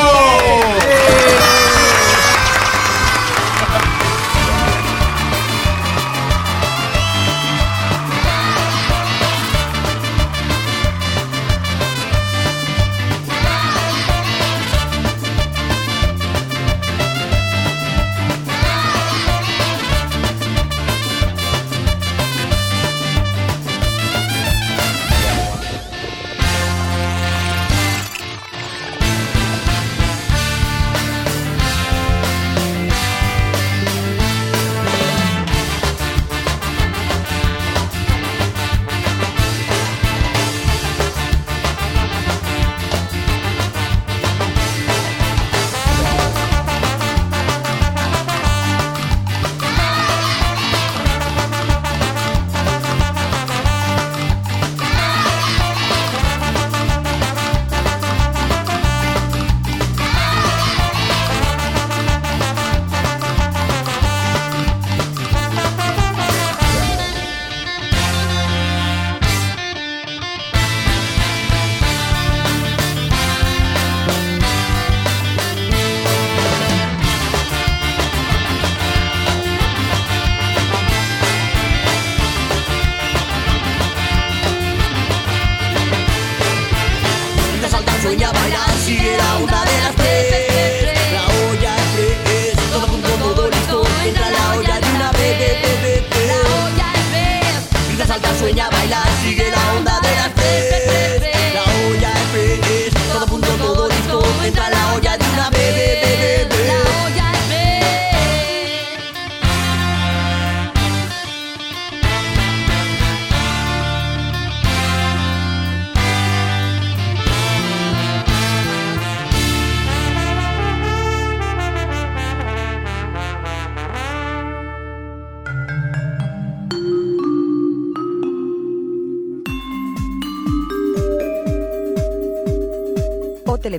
Te falta el sueño a bailar si era una de las tres. La olla es tres, todo junto, todo listo. Entra la olla de una vez, ve, ve, ve, ve. Te falta el sueño a bailar, sigue la onda de las tres. La olla es tres, todo junto, todo listo. Entra la olla de una vez, ve, ve, ve, ve.
O